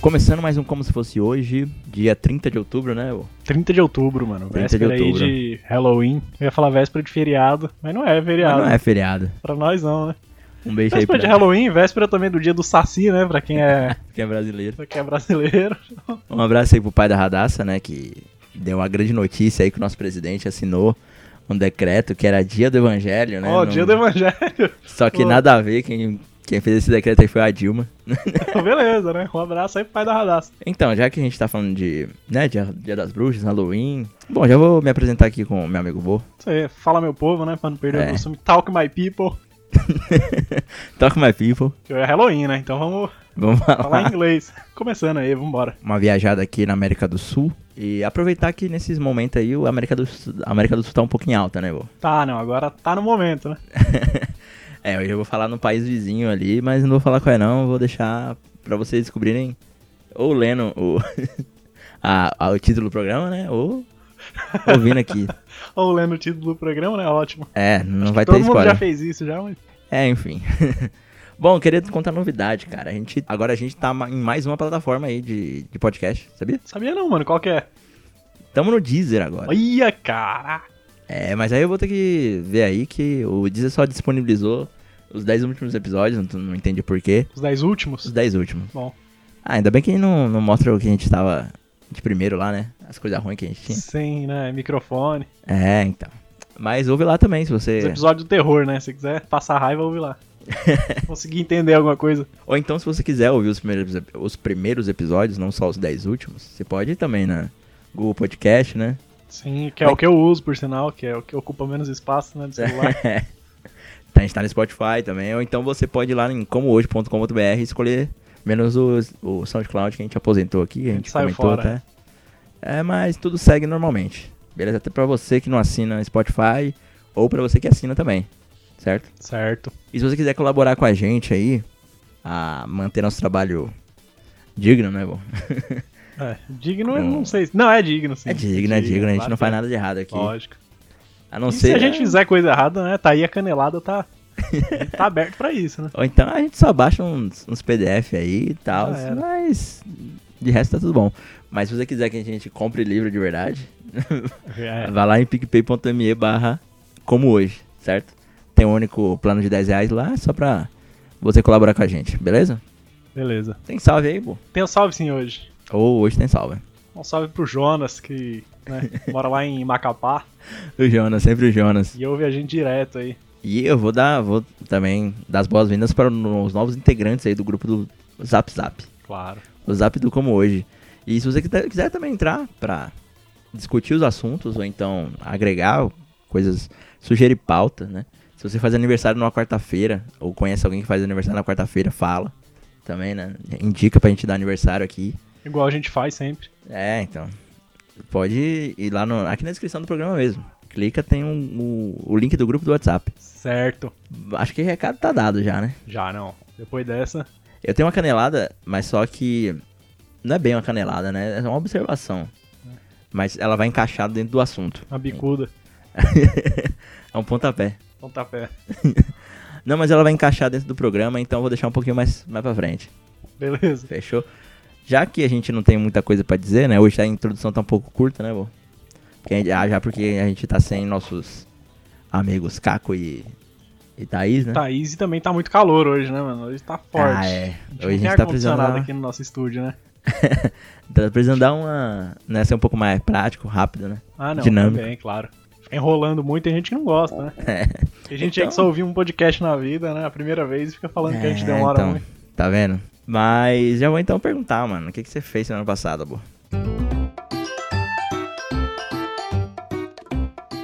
Começando mais um Como Se Fosse Hoje, dia 30 de outubro, né? ô? 30 de outubro, mano. 30 de Véspera aí outubro. de Halloween. Eu ia falar véspera de feriado, mas não é Mas feriado. não é feriado. Pra nós não, né? Um beijo aí Véspera de pra Halloween, véspera também do dia do Saci, né? Pra quem é, quem é brasileiro. pra quem é brasileiro. Um abraço aí pro pai da Radassa, né? Que deu uma grande notícia aí que o nosso presidente assinou um decreto que era dia do evangelho, né? Ó, Não- dia do evangelho. Só que Pô. nada a ver, quem, quem fez esse decreto aí foi a Dilma. Beleza, né? Um abraço aí pro pai da radaça. Então, já que a gente tá falando de, né, dia, Dia das Bruxas, Halloween... Bom, já vou me apresentar aqui com o meu amigo Bo. Isso aí, fala meu povo, né? Pra não perder É. o costume. Talk my people. Talk my people. Que é Halloween, né? Então vamos Vamos falar lá. em inglês. Começando aí, vambora. uma viajada aqui na América do Sul e aproveitar que nesses momentos aí o América do Sul, a América do Sul tá um pouquinho alta, né, vô? Tá, não, agora tá no momento, né? É, hoje eu vou falar no país vizinho ali, mas não vou falar qual é não, vou deixar pra vocês descobrirem ou lendo o, a- a- o título do programa, né, ou ouvindo aqui. Ou lendo o título do programa, né? Ótimo. É, não vai Todo ter mundo spoiler. já fez isso, já, mas. É, enfim. Bom, eu queria te contar novidade, cara. A gente, agora a gente tá ma- em mais uma plataforma aí de, de podcast, sabia? Sabia não, mano, qual que é? Tamo no Deezer agora. Olha, caraca. É, mas aí eu vou ter que ver aí que o Deezer só disponibilizou os 10 últimos episódios, não, tu não entendi porquê. Os 10 últimos? Os 10 últimos. Bom. Ah, ainda bem que não, não mostra o que a gente tava de primeiro lá, né? As coisas ruins que a gente tinha. Sem, né? Microfone. É, então. Mas ouve lá também, se Os você. episódios do terror, né? Se quiser passar raiva, ouve lá. Consegui entender alguma coisa. Ou então, se você quiser ouvir os primeiros, ep- os primeiros episódios, não só os 10 últimos, você pode ir também na Google Podcast, né? Sim, que é o que eu uso, por sinal, que é o que ocupa menos espaço, né? Do celular. A gente É. tá no Spotify também, ou então você pode ir lá em comohoje.com.br e escolher menos o, o SoundCloud que a gente aposentou aqui, a gente saiu comentou fora. até. É, mas tudo segue normalmente. Beleza? Até pra você que não assina Spotify ou pra você que assina também, certo? certo. E se você quiser colaborar com a gente aí, a manter nosso trabalho digno, né, bom? É, digno, eu Bom. não sei. se- Não, é digno, sim. É digno, é digno, a gente claro não que faz é. nada de errado aqui. Lógico. A não e se ser. a gente fizer coisa errada, né? Tá aí a canelada, tá. tá aberto pra isso, né? Ou então a gente só baixa uns, uns PDF aí e tal, Já era. mas de resto tá tudo bom. Mas se você quiser que a gente compre livro de verdade, É. vai lá em picpay.me barra como hoje, certo? Tem um único plano de 10 reais lá, só pra você colaborar com a gente, beleza? Beleza. Tem salve aí, pô. Tem um salve sim hoje. Ou hoje tem salve. Um salve pro Jonas, que né, mora lá em Macapá O Jonas, sempre o Jonas. e ouve a gente direto aí. E eu vou dar, vou também dar as boas-vindas para os novos integrantes aí do grupo do Zap Zap. Claro. o Zap do Como Hoje. E se você quiser quiser também entrar pra discutir os assuntos ou então agregar coisas, sugerir pauta, né? Se você faz aniversário numa quarta-feira ou conhece alguém que faz aniversário na quarta-feira, fala também, né? Indica pra gente dar aniversário aqui. Igual a gente faz sempre. É, então. Pode ir lá no, aqui na descrição do programa mesmo. Clica, tem um- o, o link do grupo do WhatsApp. Certo. Acho que o recado tá dado já, né? Já não. Depois dessa, Eu tenho uma canelada, mas só que não é bem uma canelada, né? É uma observação. É. Mas ela vai encaixada dentro do assunto. uma bicuda. É um pontapé. Pontapé. Não, mas ela vai encaixar dentro do programa, então eu vou deixar um pouquinho mais, mais pra frente. Beleza. Fechou? Já que a gente não tem muita coisa pra dizer, né? Hoje a introdução tá um pouco curta, né, vô? Porque a gente- ah, já porque a gente tá sem nossos amigos Caco e, e Thaís, né? Thaís e também tá muito calor hoje, né, mano? Hoje tá forte. Ah, é. A gente Hoje a não gente tem tá precisando, ar-condicionado dar- aqui no nosso estúdio, né? tá precisando dar uma... Né, ser um pouco mais prático, rápido, né? Ah, não. Dinâmico. Também, claro. Fica enrolando muito tem gente que não gosta, né? É. Tem gente aí Então- que só ouviu um podcast na vida, né? A primeira vez e fica falando que a gente É, demora né? então, muito. Tá vendo? Mas já vou então perguntar, mano, o que, que você fez semana passada, Bo?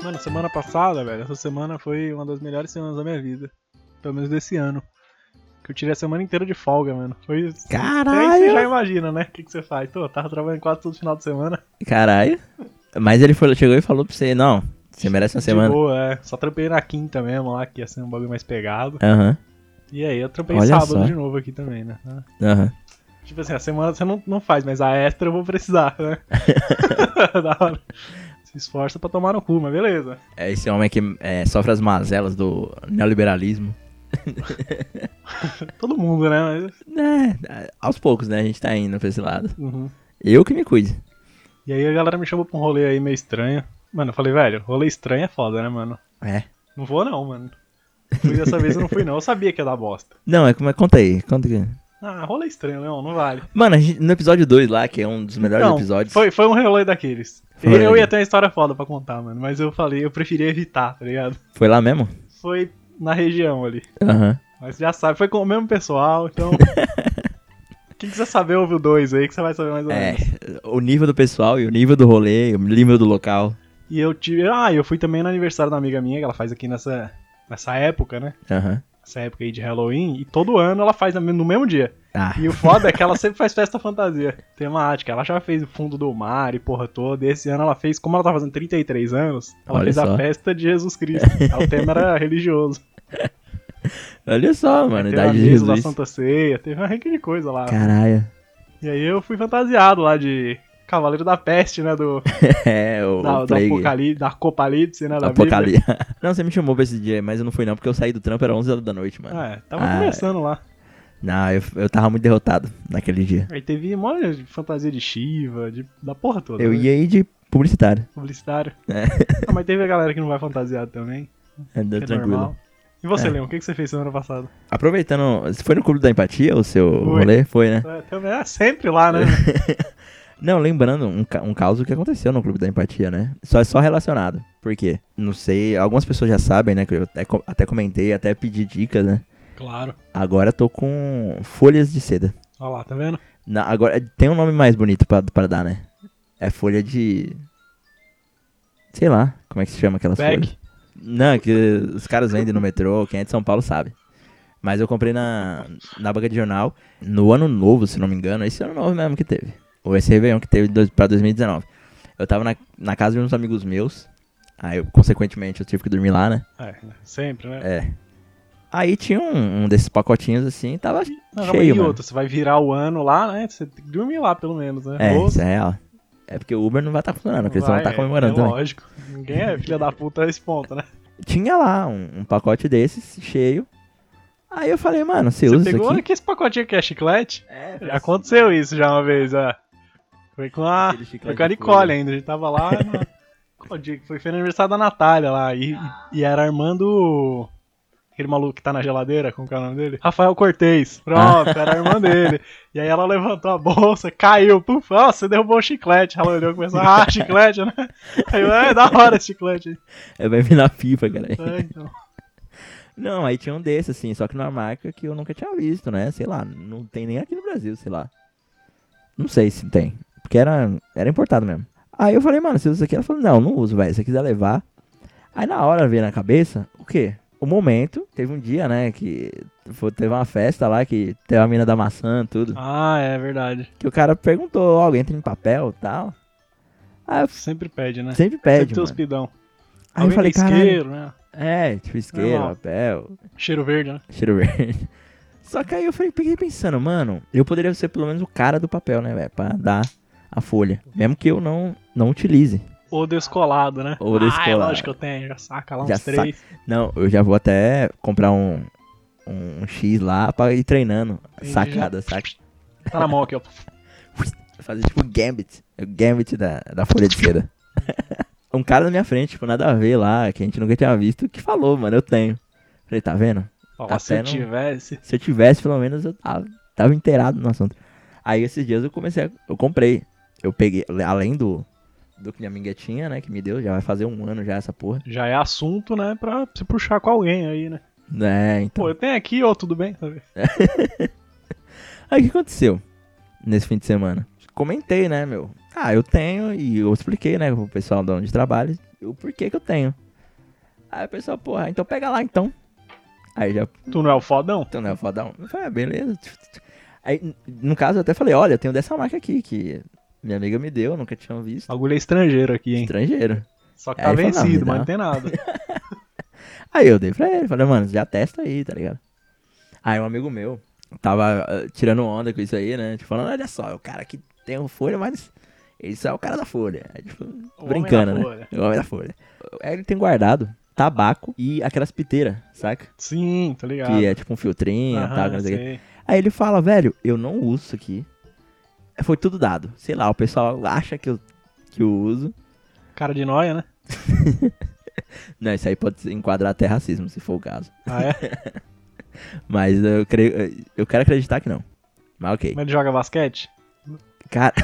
Mano, semana passada, velho, essa semana foi uma das melhores semanas da minha vida. Pelo menos desse ano. Que eu tirei a semana inteira de folga, mano. Foi. Aí você já imagina, né? O que, que você faz? Tô, tava trabalhando quase todo final de semana. Caralho. Mas ele foi, chegou e falou pra você, não, você merece uma De semana. boa, é. Só trampei na quinta mesmo lá, que ia ser um bagulho mais pegado. Aham, E aí eu trampei Olha sábado só. de novo aqui também, né? aham. Tipo assim, a semana você não, não faz, mas a extra eu vou precisar, né? da hora. Se esforça pra tomar no cu, mas beleza. É esse homem que é, sofre as mazelas do neoliberalismo. Todo mundo, né? Mas... É, aos poucos, né? A gente tá indo pra esse lado. Uhum. Eu que me cuide. E aí a galera me chamou pra um rolê aí meio estranho. Mano, eu falei, velho, rolê estranho é foda, né, mano? É. Não vou não, mano. Fui dessa vez eu não fui não. Eu sabia que ia dar bosta. Não, é como é. Conta aí, conta que. Ah, rolê estranho, Leão, não vale. Mano, a gente- no episódio 2 lá, que é um dos melhores não, episódios. Foi, foi um rolê daqueles. Foi. um Eu ia ter uma história foda pra contar, mano. Mas eu falei, eu preferi evitar, tá ligado? Foi lá mesmo? Foi na região ali. Aham. Mas já sabe, foi com o mesmo pessoal, então. Quem quiser saber, ouve o 2 aí que você vai saber mais ou É. menos. O nível do pessoal e o nível do rolê, o nível do local. E eu tive. Ah, eu fui também no aniversário da amiga minha, que ela faz aqui nessa, nessa época, né? Aham. Essa época aí de Halloween. E todo ano ela faz no mesmo dia. Ah. E o foda é que ela sempre faz festa fantasia temática. Ela já fez o fundo do mar e porra toda. E esse ano ela fez, como ela tá fazendo 33 anos, ela Olha fez só. a festa de Jesus Cristo. É, o tema era religioso. Olha só, mano, teve a idade de mesa da Jesus. Santa Ceia, teve uma renca de coisa lá. Caralho. E aí eu fui fantasiado lá de Cavaleiro da Peste, né? Do, É, o, da, o da, plague. apocalipse, da Copalipse, né? Da Bíblia. Apocalipse. não, você me chamou pra esse dia, mas eu não fui não, porque eu saí do trampo, era 11 horas da noite, mano. Ah, é, tava Ah, começando lá. Não, eu, eu tava muito derrotado naquele dia. Aí teve um monte de fantasia de Shiva, de, da porra toda. Eu né? ia aí de publicitário. Publicitário. É. Ah, mas teve a galera que não vai fantasiado também. É, deu que é tranquilo. É. normal. E você, Leon, o que que você fez semana passada? Aproveitando, você foi no Clube da Empatia, o seu Fui. rolê? Foi, né? É, também é sempre lá, né? Não, lembrando um, ca- um caso que aconteceu no Clube da Empatia, né? Só é só relacionado. Por quê? Não sei, algumas pessoas já sabem, né? Que eu até, co- até comentei, até pedi dicas, né? claro. Agora eu tô com folhas de seda. Olha lá, tá vendo? Na- agora, tem um nome mais bonito pra, pra dar, né? É folha de. Sei lá, como é que se chama aquelas folhas? Back. Não, é que os caras vendem no metrô, quem é de São Paulo sabe. Mas eu comprei na, na banca de jornal no ano novo, se não me engano, esse ano novo mesmo que teve. Ou esse Réveillon que teve dois, pra 2019. Eu tava na, na casa de uns amigos meus, aí eu, consequentemente eu tive que dormir lá, né? É, né? sempre, né? É. Aí tinha um, um desses pacotinhos assim, tava Não, mas cheio, e mano. outra, você vai virar o ano lá, né? Você tem que dormir lá, pelo menos, né? É, Ou- isso é real. É porque o Uber não vai estar funcionando, porque eles vão vai, estar é, comemorando é também. Lógico. Ninguém é filha da puta a esse ponto, né? Tinha lá um, um pacote desses, cheio. Aí eu falei, mano, você, usa Você isso pegou aqui? aqui esse pacotinho que é chiclete? É, Já aconteceu isso já uma vez, ó. Foi com a, Aquele chiclete foi com a de Nicole folha. ainda, a gente tava lá. na- Qual dia que foi? Foi no aniversário da Natália lá. E, e era armando. o- Aquele maluco que tá na geladeira, como que é o nome dele? Rafael Cortez. Pronto, era a irmã dele. E aí ela levantou a bolsa, caiu, puf, ó, você derrubou o chiclete. Ela olhou e começou, ah, chiclete, né? Aí eu, é, da hora esse chiclete. É, vai vir na FIFA, cara. É, então. Não, aí tinha um desse, assim, só que numa marca que eu nunca tinha visto, né? Sei lá, não tem nem aqui no Brasil, sei lá. Não sei se tem. Porque era, era importado mesmo. Aí eu falei, mano, você usa isso aqui? Ela falou, não, não uso, velho. Se você quiser levar. Aí na hora veio na cabeça, o quê? O momento, teve um dia, né, que foi- teve uma festa lá que teve a mina da maçã, tudo. Ah, é verdade. Que o cara perguntou, ó, alguém tem papel e tal. Aí eu Sempre pede, né? sempre Sempre pede, tem mano. os pidão. Aí eu Alguém falei, tem cara, isqueiro, né? é, tipo isqueiro, Normal. papel, Cheiro verde, né? cheiro verde. Só que aí eu falei, peguei pensando, mano, eu poderia ser pelo menos o cara do papel, né, velho, pra dar a folha. Mesmo que eu não, não utilize. Ou descolado, né? Ou Ah, é descolado. lógico que eu tenho, já saca lá uns Já três. Não, eu já vou até comprar um, um X lá pra ir treinando. Entendi. Sacada, saca? Tá na mão aqui, ó. Fazer tipo gambit. O gambit da, da folha de seda. um cara na minha frente, tipo, nada a ver lá, que a gente nunca tinha visto, que falou, mano, eu tenho. Falei, tá um vendo? Ó, Até se eu não- tivesse. Se eu tivesse, pelo menos eu tava, tava inteirado no assunto. Aí esses dias eu comecei, a, eu comprei. Eu peguei, além do, do que minha amiga tinha, né, que me deu, já vai fazer um ano já essa porra. Já é assunto, né? Pra se puxar com alguém aí, né? Né, então. Pô, eu tenho aqui, ó, tudo bem? Tá sabe? Aí o que aconteceu nesse fim de semana? Comentei, né, meu? Ah, eu tenho, e eu expliquei, né, pro pessoal da onde trabalho, o porquê que eu tenho. Aí o pessoal, porra, então pega lá então. Aí já Tu não é o fodão? Então, né, fodão. Eu falei, ah, beleza. Aí, no caso, eu até falei, olha, eu tenho dessa marca aqui, que minha amiga me deu, nunca tinha visto. Bagulho é estrangeiro aqui, hein? Estrangeiro. Só que tá Aí É, fala, né? não, vencido, me dá. mas não tem nada. Aí eu dei pra ele, falei, mano, já testa aí, tá ligado? Aí um amigo meu tava ah, tirando onda com isso aí, né? Tipo, falando, olha só, é o cara que tem o folha, mas ele só é o cara da folha. Aí, tipo, O homem brincando, da né? folha. O homem da folha. Aí ele tem guardado. tabaco e aquelas piteiras, saca? Sim, tá ligado. Que é tipo um filtrinho e tal, Aham, não sei o quê. sei. Aí ele fala, velho, eu não uso isso aqui. Foi tudo dado. Sei lá, o pessoal acha que eu, que eu uso. Cara de noia, né? Não, isso aí pode se enquadrar até racismo, se for o caso. Ah, é? Mas eu creio. Eu quero acreditar que não. Mas ok. Mas ele é joga basquete? Cara.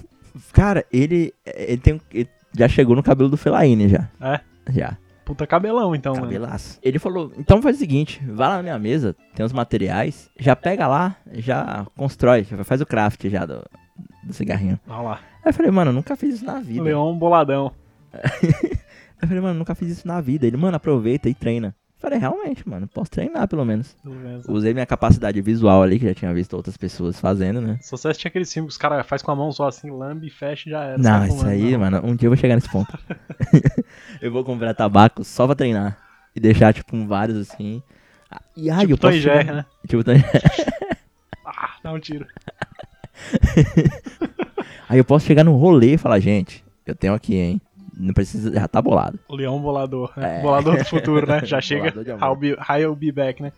Cara, ele. Ele tem. um- ele já chegou no cabelo do Felaine já. É? Já. Puta cabelão, então, mano. Cabelaço. Ele falou: então faz o seguinte, vai lá na minha mesa, tem os materiais, já pega lá, já constrói, já faz o craft já do, do cigarrinho. Olha lá. Aí eu falei, mano, eu nunca fiz isso na vida. Leão boladão. Aí eu falei, mano, nunca fiz isso na vida. Ele, mano, aproveita e treina. Eu falei, realmente, mano, posso treinar pelo menos. Pelo menos. Usei minha capacidade visual ali, que já tinha visto outras pessoas fazendo, né? Se você assistir aquele filme que os caras fazem com a mão só assim, lambe, fecha e já era. Não, sai né? isso fumando, aí, não. mano, um dia eu vou chegar nesse ponto. eu vou comprar tabaco só pra treinar. E deixar, tipo, um vários assim. Ah, E aí, Tipo eu posso. Tom e chegar- Jerry, né? Tipo Tom e Jerry. Ah, dá um tiro. Aí eu posso chegar no rolê e falar, gente, eu tenho aqui, hein? Não precisa. Já tá bolado. O leão bolador, né? É. Bolador do futuro, né? Já chega. Bolador de amor. I'll be, I'll be back, né?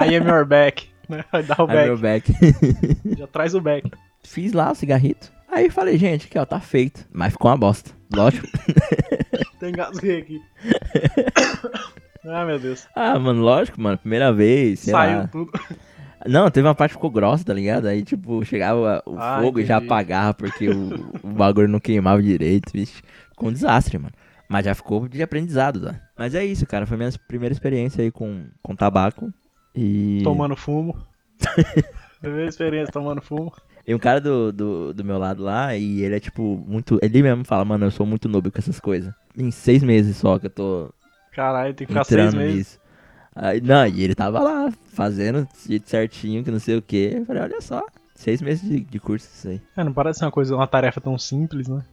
I am your back. Né? Vai dar o Aí meu back. back. Já traz o back. Fiz lá o cigarrito. Aí eu falei, gente, aqui ó, tá feito. Mas ficou uma bosta. Lógico. Até engasguei aqui. ah, meu Deus. ah, mano, lógico, mano. Primeira vez, sei Saiu lá. tudo. Não, teve uma parte que ficou grossa, tá ligado? Aí, tipo, chegava o Ah, fogo e já entendi. apagava porque o, o bagulho não queimava direito, vixe. Ficou um desastre, mano. Mas já ficou de aprendizado, tá? Mas é isso, cara. Foi minha primeira experiência aí com, com tabaco. E. Tomando fumo. Primeira experiência tomando fumo. E um cara do, do, do meu lado lá, e ele é tipo muito. Ele mesmo fala, mano, eu sou muito noob com essas coisas. Em seis meses só que eu tô Caralho, tem que ficar seis entrando meses. nisso. Aí, não, e ele tava lá, fazendo de jeito certinho, que não sei o que. Eu falei, olha só, seis meses de, de curso isso aí. É, não parece uma coisa, uma tarefa tão simples, né?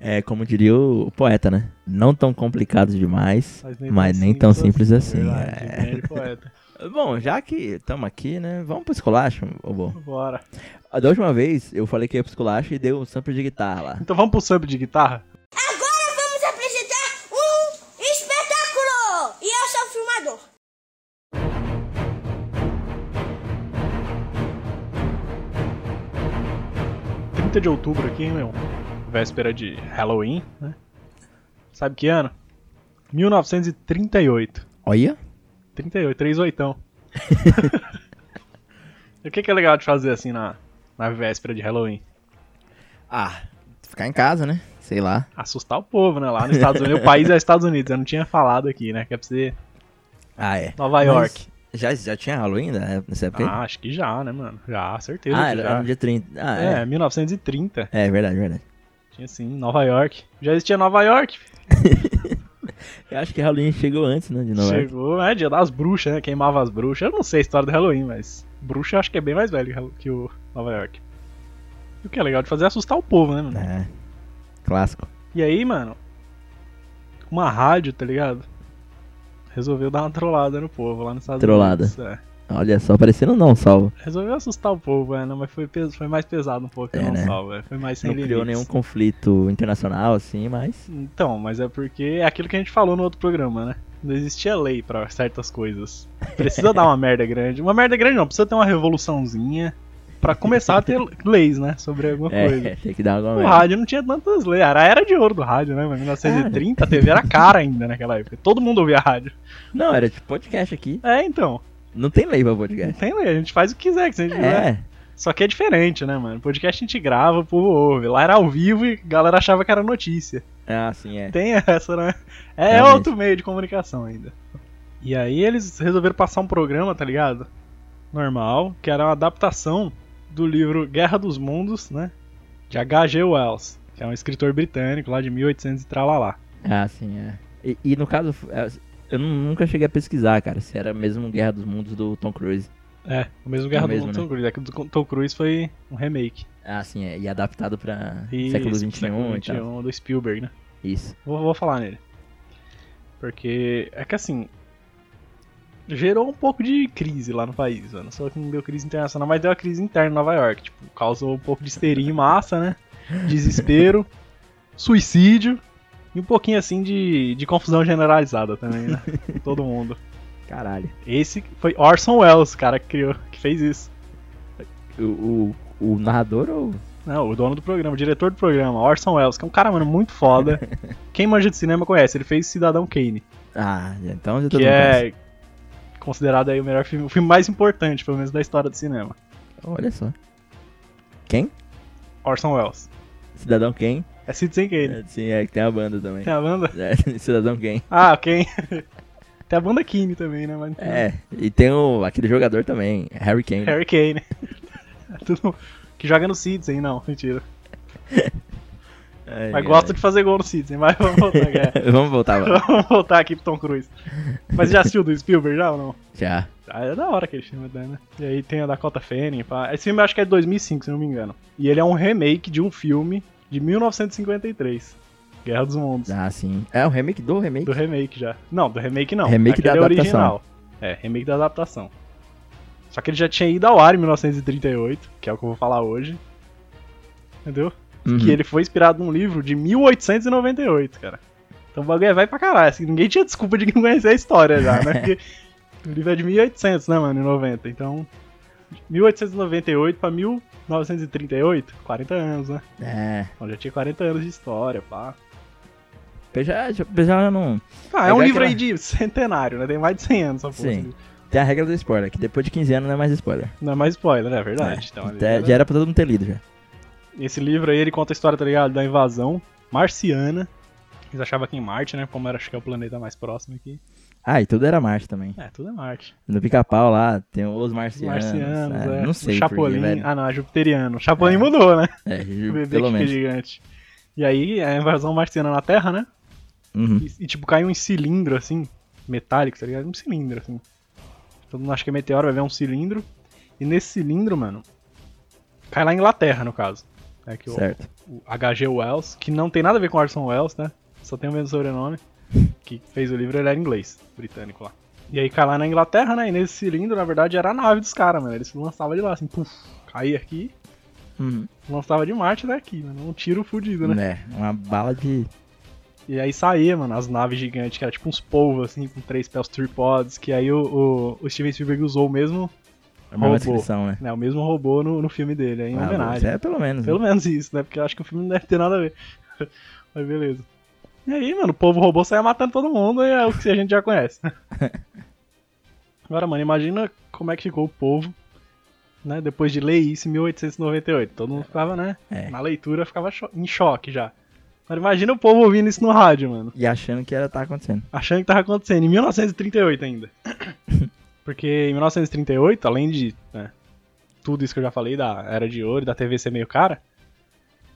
É, como diria o, o poeta, né? Não tão complicado demais, mas nem, tão simples assim. Verdade, é. grande poeta. Bom, já que estamos aqui, né? Vamos pro esculacho, ô bom. Bora. Da última vez, eu falei que ia pro esculacho e dei um sample de guitarra lá. Então vamos pro sub de guitarra? Agora vamos apresentar um espetáculo! E eu sou o filmador. Tem 30 de outubro aqui, hein, meu? Véspera de Halloween, né? Sabe que ano? 1938. Olha. 38, 3 oitão. e o que, que é legal de fazer assim na, na véspera de Halloween? Ah, ficar em casa, né? Sei lá. Assustar o povo, né? Lá nos Estados Unidos. o país é Estados Unidos, eu não tinha falado aqui, né? Que é pra ser Ah, é. Nova Mas York. Já, já tinha Halloween né, nessa época? aí? Ah, acho que já, né, mano? Já, certeza. ah que era, já. era no dia 30. Ah, é, é. 1930. É, verdade, verdade. Tinha sim, Nova York. Já existia Nova York. Eu acho que Halloween chegou antes, né? De Nova York. Chegou, é, dia das bruxas, né? Queimava as bruxas. Eu não sei a história do Halloween, mas bruxa eu acho que é bem mais velho que Hall- que o Nova York. E o que é legal de fazer é assustar o povo, né, mano? É. Clássico. E aí, mano, uma rádio, tá ligado? Resolveu dar uma trollada no povo lá nos Estados Trollada. Unidos. Trollada. Olha só, parecendo não salvo. Resolveu assustar o povo, é, né? Mas foi, pes- foi mais pesado um pouco que É, eu não né? salvo, é. Foi mais sem Não criou limites. nenhum conflito internacional, assim, mas. Então, mas é porque é aquilo que a gente falou no outro programa, né? Não existia lei pra certas coisas. Precisa dar uma merda grande. Uma merda grande não, precisa ter uma revoluçãozinha pra começar a ter leis, né? Sobre alguma coisa. Um É, tem que dar alguma O merda. rádio não tinha tantas leis, era a era de ouro do rádio, né? mano? 1930, a TV era cara ainda naquela época. Todo mundo ouvia rádio. Não, era tipo podcast aqui. É, então. Não tem lei pra Não podcast. tem lei, a gente faz o que quiser, que se a gente quiser. É. Só que é diferente, né, mano? Podcast a gente grava, o povo ouve. Lá era ao vivo e a galera achava que era notícia. Ah, sim, é. Tem essa, né? É Realmente. outro meio de comunicação ainda. E aí eles resolveram passar um programa, tá ligado? Normal, que era uma adaptação do livro Guerra dos Mundos, né? De H.G. Wells, que é um escritor britânico lá de 1800 e tralalá. Ah, sim, é. E, e no caso, é, eu nu- nunca cheguei a pesquisar, cara, se era mesmo Guerra dos Mundos do Tom Cruise. É, o mesmo Guerra É o dos mesmo, Mundos do Tom Cruise. É que o do Tom Cruise foi um remake. Ah, sim, é. E adaptado pra Isso, século XXI e tal. século XXI, do Spielberg, né? Isso. Vou, vou falar nele. Porque é que assim. Gerou um pouco de crise lá no país, mano. Só que não deu crise internacional, mas deu a crise interna em Nova York. Tipo, causou um pouco de histeria em massa, né? Desespero, suicídio. E um pouquinho assim de, de confusão generalizada também, né? Todo mundo. Caralho. Esse foi Orson Welles, cara, que criou, que fez isso. O, o, o narrador ou. Não, né? o dono do programa, o diretor do programa, Orson Welles, que é um cara, mano, muito foda. Quem manja de cinema conhece, ele fez Cidadão Kane, Ah, então já tô que é considerado aí o melhor filme, o filme mais importante, pelo menos, da história do cinema. Olha só. Quem? Orson Welles. Cidadão quem? É Citizen Kane. Sim, é que tem a banda também. Tem a banda? É, Cidadão quem? Ah, ok. Tem a banda Kane também, né? Mas, É, e tem o, aquele jogador também, Harry Kane. Harry Kane. né? Tudo- que joga no Citizen, não, mentira. Ai, Mas ai. gosta de fazer gol no Citizen, mas vamos voltar, cara. Vamos voltar, mano. Vamos voltar aqui pro Tom Cruise. Mas já assistiu do Spielberg já ou não? Já. Ah, é da hora aquele filme até, né? E aí tem a Dakota Fanning, pá. Esse filme eu acho que é de 2005, se não me engano. E ele é um remake de um filme de 1953. Guerra dos Mundos. Ah, sim. É o remake do remake? Do remake já. Não, do remake não. Remake da Aquele é adaptação. original. É, remake da adaptação. Só que ele já tinha ido ao ar em 1938, que é o que eu vou falar hoje. Entendeu? Uhum. Que ele foi inspirado num livro de 1898, cara. Então o bagulho é vai pra caralho. assim, ninguém tinha desculpa de não conhecer a história já, né? Porque o livro é de 1800, né, mano? Em 90. Então, de 1898 pra 1938, 40 anos, né? É. Então já tinha 40 anos de história, pá. Eu já, já- eu já não. Ah, é Legal um que livro ela- aí de centenário, né? Tem mais de 100 anos, só Sim. Tem a regra do spoiler, que depois de 15 anos não é mais spoiler. Não é mais spoiler, né? É verdade. É. Então, ali, Até- né? já era pra todo mundo ter lido já. Esse livro aí, ele conta a história, tá ligado? Da invasão marciana. Eles achavam aqui em Marte, né? Como era, acho que é o planeta mais próximo aqui. Ah, e tudo era Marte também. É, tudo é Marte. No pica-pau lá tem os marcianos. Marcianos, né? é. Não sei. O por quê, Chapolin. velho. ah, não, é Jupiteriano. O Chapolin mudou, né? É, O bebê pelo que fica menos. gigante. E aí, é a invasão marciana na Terra, né? Uhum. E, e, tipo, cai um cilindro assim, metálico, tá ligado? Um cilindro, assim. Todo mundo acha que é meteoro, vai ver um cilindro. E nesse cilindro, mano, cai lá em Inglaterra, no caso. É que o, Certo. o HG Wells, que não tem nada a ver com Orson Wells, né? Só tem o mesmo sobrenome. Que fez o livro, ele era inglês, britânico lá. E aí cai lá na Inglaterra, né? E nesse cilindro, na verdade, era a nave dos caras, mano. Eles lançavam de lá, assim, puf, caía aqui, Uhum. lançava de Marte daqui, mano. Um tiro fudido, né? É, uma bala de. E aí saía, mano, as naves gigantes, que era tipo uns polvos, assim, com três pés tripods, que aí o, o, o Steven Spielberg usou o mesmo, É uma Robô. descrição, né? né, o mesmo robô no, no filme dele, aí em Ah, homenagem. mas É, pelo menos. Pelo menos isso, né, porque eu acho que o filme não deve ter nada a ver. Mas beleza. E aí, mano, o povo robô saia matando todo mundo, e é o que a gente já conhece. Agora, mano, imagina como é que ficou o povo, né, depois de ler isso em 1898. Todo mundo ficava, né, É. na leitura ficava cho- em choque já. Agora imagina o povo ouvindo isso no rádio, mano E achando que era tá acontecendo. achando que tava acontecendo, em 1938 ainda. Porque em 1938, além de né, tudo isso que eu já falei da era de ouro, e da TV ser meio cara,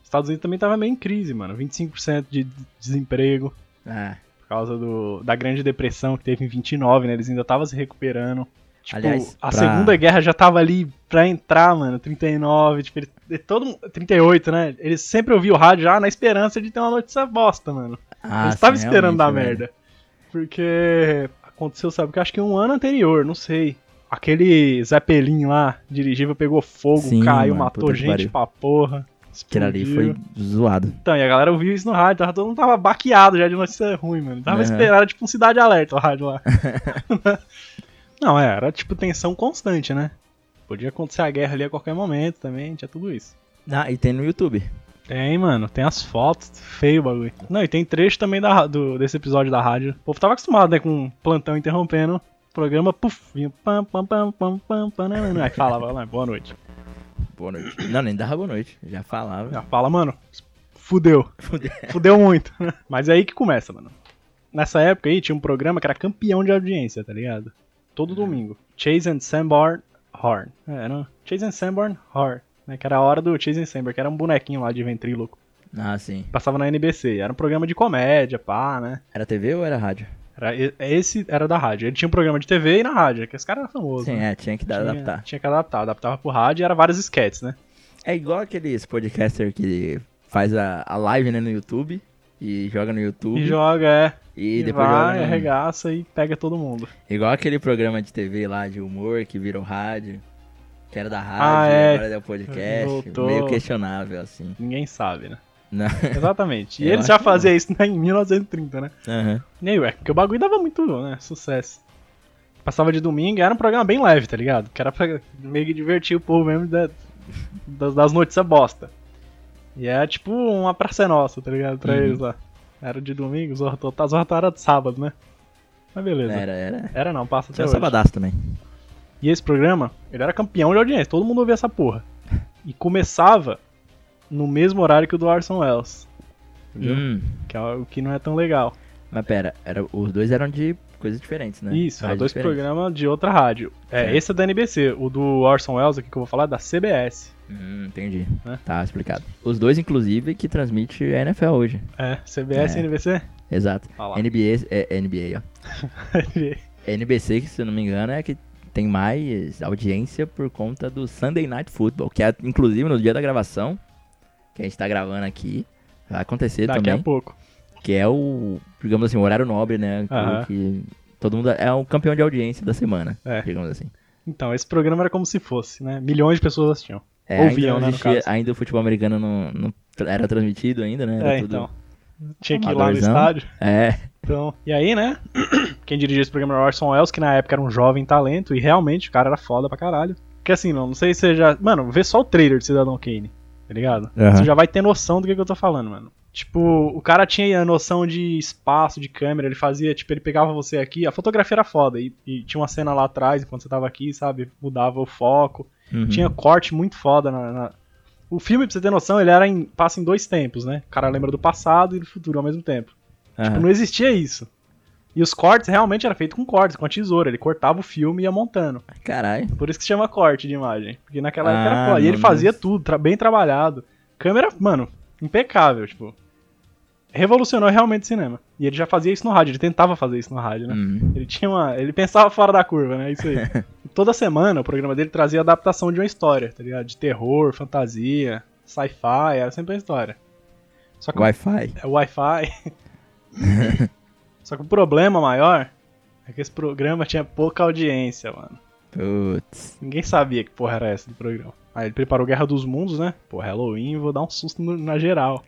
os Estados Unidos também tava meio em crise, mano. 25% de desemprego Ah, por causa do, da Grande Depressão que teve em 29, né? Eles ainda estavam se recuperando. Tipo, Aliás, a pra- Segunda Guerra já tava ali pra entrar, mano. 39, tipo, ele- todo, mundo- 38, né? Eles sempre ouviam o rádio já na esperança de ter uma notícia bosta, mano. ah Eu estava sim, realmente, é esperando dar velho. merda. Porque aconteceu, sabe, que eu acho que um ano anterior, não sei. Aquele Zeppelin lá, dirigível, pegou fogo, Sim, caiu, mano, matou puta que gente pariu. pra porra. Aquilo ali explodiu. foi zoado. Então, e a galera ouviu isso no rádio, tava, todo mundo tava baqueado já de notícia ruim, mano. Tava Uhum. esperando, tipo, um Cidade Alerta o rádio lá. não, é, era, tipo, tensão constante, né? Podia acontecer a guerra ali a qualquer momento também, tinha tudo isso. Ah, e tem no YouTube. Tem, mano. Tem as fotos. Feio o bagulho. Não, e tem trecho também da, ra- do, desse episódio da rádio. O povo tava acostumado, né, com plantão interrompendo. O programa, puf, vinha pam, pam, pam, pam, pam, pam, né, né, Aí falava, né, boa noite. Boa noite. Não, nem dava boa noite. Já falava. Já fala, mano, fudeu. Fudeu. Fudeu muito. Mas é aí que começa, mano. Nessa época aí tinha um programa que era campeão de audiência, tá ligado? Todo domingo. Chase and Sanborn Horn. É, era Chase and Sanborn Horn. Né, que era a hora do Chase and Sanborn, que era um bonequinho lá de ventríloco. Ah, sim. passava na NBC. Era um programa de comédia, pá, né? Era TV ou era rádio? Era, e- esse era da rádio. Ele tinha um programa de TV e na rádio, que esse cara era famoso. Sim, né? é, tinha que dar, tinha, adaptar. Tinha que adaptar. Adaptava pro rádio e era vários sketches, né? É igual aqueles podcaster que faz a, a live né, no YouTube e joga no YouTube. E joga, é. Uhum. e E, depois vai, joga. no- arregaça e pega todo mundo. Igual aquele programa de TV lá de humor que virou rádio. Que era da Ah, rádio, é. agora é o podcast. Voltou. Meio questionável, assim. Ninguém sabe, né? Não. Exatamente. E Eu eles acho já que faziam isso né, em 1930, né? Aham. E aí, ué, porque o bagulho dava muito né, sucesso. Passava de domingo, era um programa bem leve, tá ligado? Que era pra meio que divertir o povo mesmo da- das, das notícias bosta. E era tipo uma praça nossa, tá ligado? Pra Uhum. eles lá. Era de domingo, Zorra Total. Zorra Total era de sábado, né? Mas beleza. Era, Era, era. não, passa até Tinha o hoje. Sabadaço também. E esse programa, ele era campeão de audiência, todo mundo ouvia essa porra. E começava no mesmo horário que o do Orson Welles, Entendeu? Hum. que é o que não é tão legal. Mas pera, era, os dois eram de coisas diferentes, né? Isso, eram Rádios dois diferentes. programas de outra rádio. É, Certo. esse é da NBC, o do Orson Welles aqui que eu vou falar é da CBS. Hum, entendi. Né? Tá explicado. Os dois, inclusive, que transmite a NFL hoje. É, CBS É. e NBC? Exato. Ah lá. NBA, é, NBA, ó. NBC, que se eu não me engano, é a que tem mais audiência por conta do Sunday Night Football, que é, inclusive, no dia da gravação, que a gente tá gravando aqui, vai acontecer Daqui também. a pouco. Que é o, digamos assim, o horário nobre, né? que- Aham. Que todo mundo é o campeão de audiência da semana, É. digamos assim. Então, esse programa era como se fosse, né? Milhões de pessoas assistiam. É, ainda, não Ouviam, né, no existia- caso. ainda o futebol americano não, não tra- era transmitido ainda, né? Era é, tudo- então. Tinha que ir lá no amadorzão. estádio. É, Então, e aí, né? Quem dirigia esse programa era o Orson Welles, que na época era um jovem talento, e realmente o cara era foda pra caralho. Porque assim, não, não sei se você já. Mano, vê só o trailer de Cidadão Kane, tá ligado? Aham. Você já vai ter noção do que, que eu tô falando, mano. Tipo, o cara tinha a noção de espaço, de câmera, ele fazia, tipo, ele pegava você aqui, a fotografia era foda, e, e tinha uma cena lá atrás, enquanto você tava aqui, sabe? Mudava o foco. uhum. Tinha corte muito foda na, na- O filme, pra você ter noção, ele era em. passa em dois tempos, né? O cara lembra do passado e do futuro ao mesmo tempo. Aham. Tipo, não existia isso. E os cortes realmente era feito com cortes, com a tesoura. Ele cortava o filme e ia montando. Caralho. Por isso que se chama corte de imagem. Porque naquela época Ah, era corte. E ele não, fazia mas- tudo, tra- bem trabalhado. Câmera, mano, impecável, tipo. Revolucionou realmente o cinema. E ele já fazia isso no rádio, ele tentava fazer isso no rádio, né? Hum. Ele tinha uma. Ele pensava fora da curva, né? Isso aí. Toda semana o programa dele trazia adaptação de uma história, tá ligado? De terror, fantasia, sci-fi, era sempre uma história. Só que o Wi-Fi. é Wi-Fi. Só que o problema maior é que esse programa tinha pouca audiência, mano. Putz. Ninguém sabia que porra era essa do programa. Aí ele preparou Guerra dos Mundos, né? Pô, Halloween, vou dar um susto no- na geral.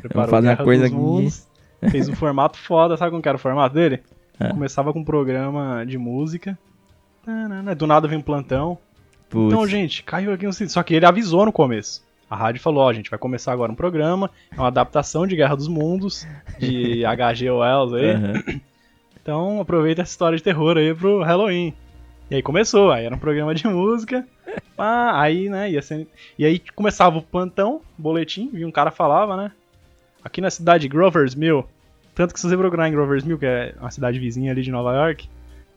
Preparou fazer uma Guerra coisa dos aqui. Mundos, fez um formato foda, sabe como que era o formato dele? É. Começava com um programa de música. Tanana, Do nada vem um plantão. Putz. Então, gente, caiu aqui um sítio. Só que ele avisou no começo. A rádio falou, ó, gente vai começar agora um programa, é uma adaptação de Guerra dos Mundos, de HG Wells aí. Aham. Então aproveita essa história de terror aí pro Halloween. E aí começou, aí era um programa de música. pá, aí, né, ia sendo. E aí começava o plantão, boletim, vinha um cara falava, né? Aqui na cidade Grover's Mill. Tanto que se você procurar em Grover's Mill, que é uma cidade vizinha ali de Nova York,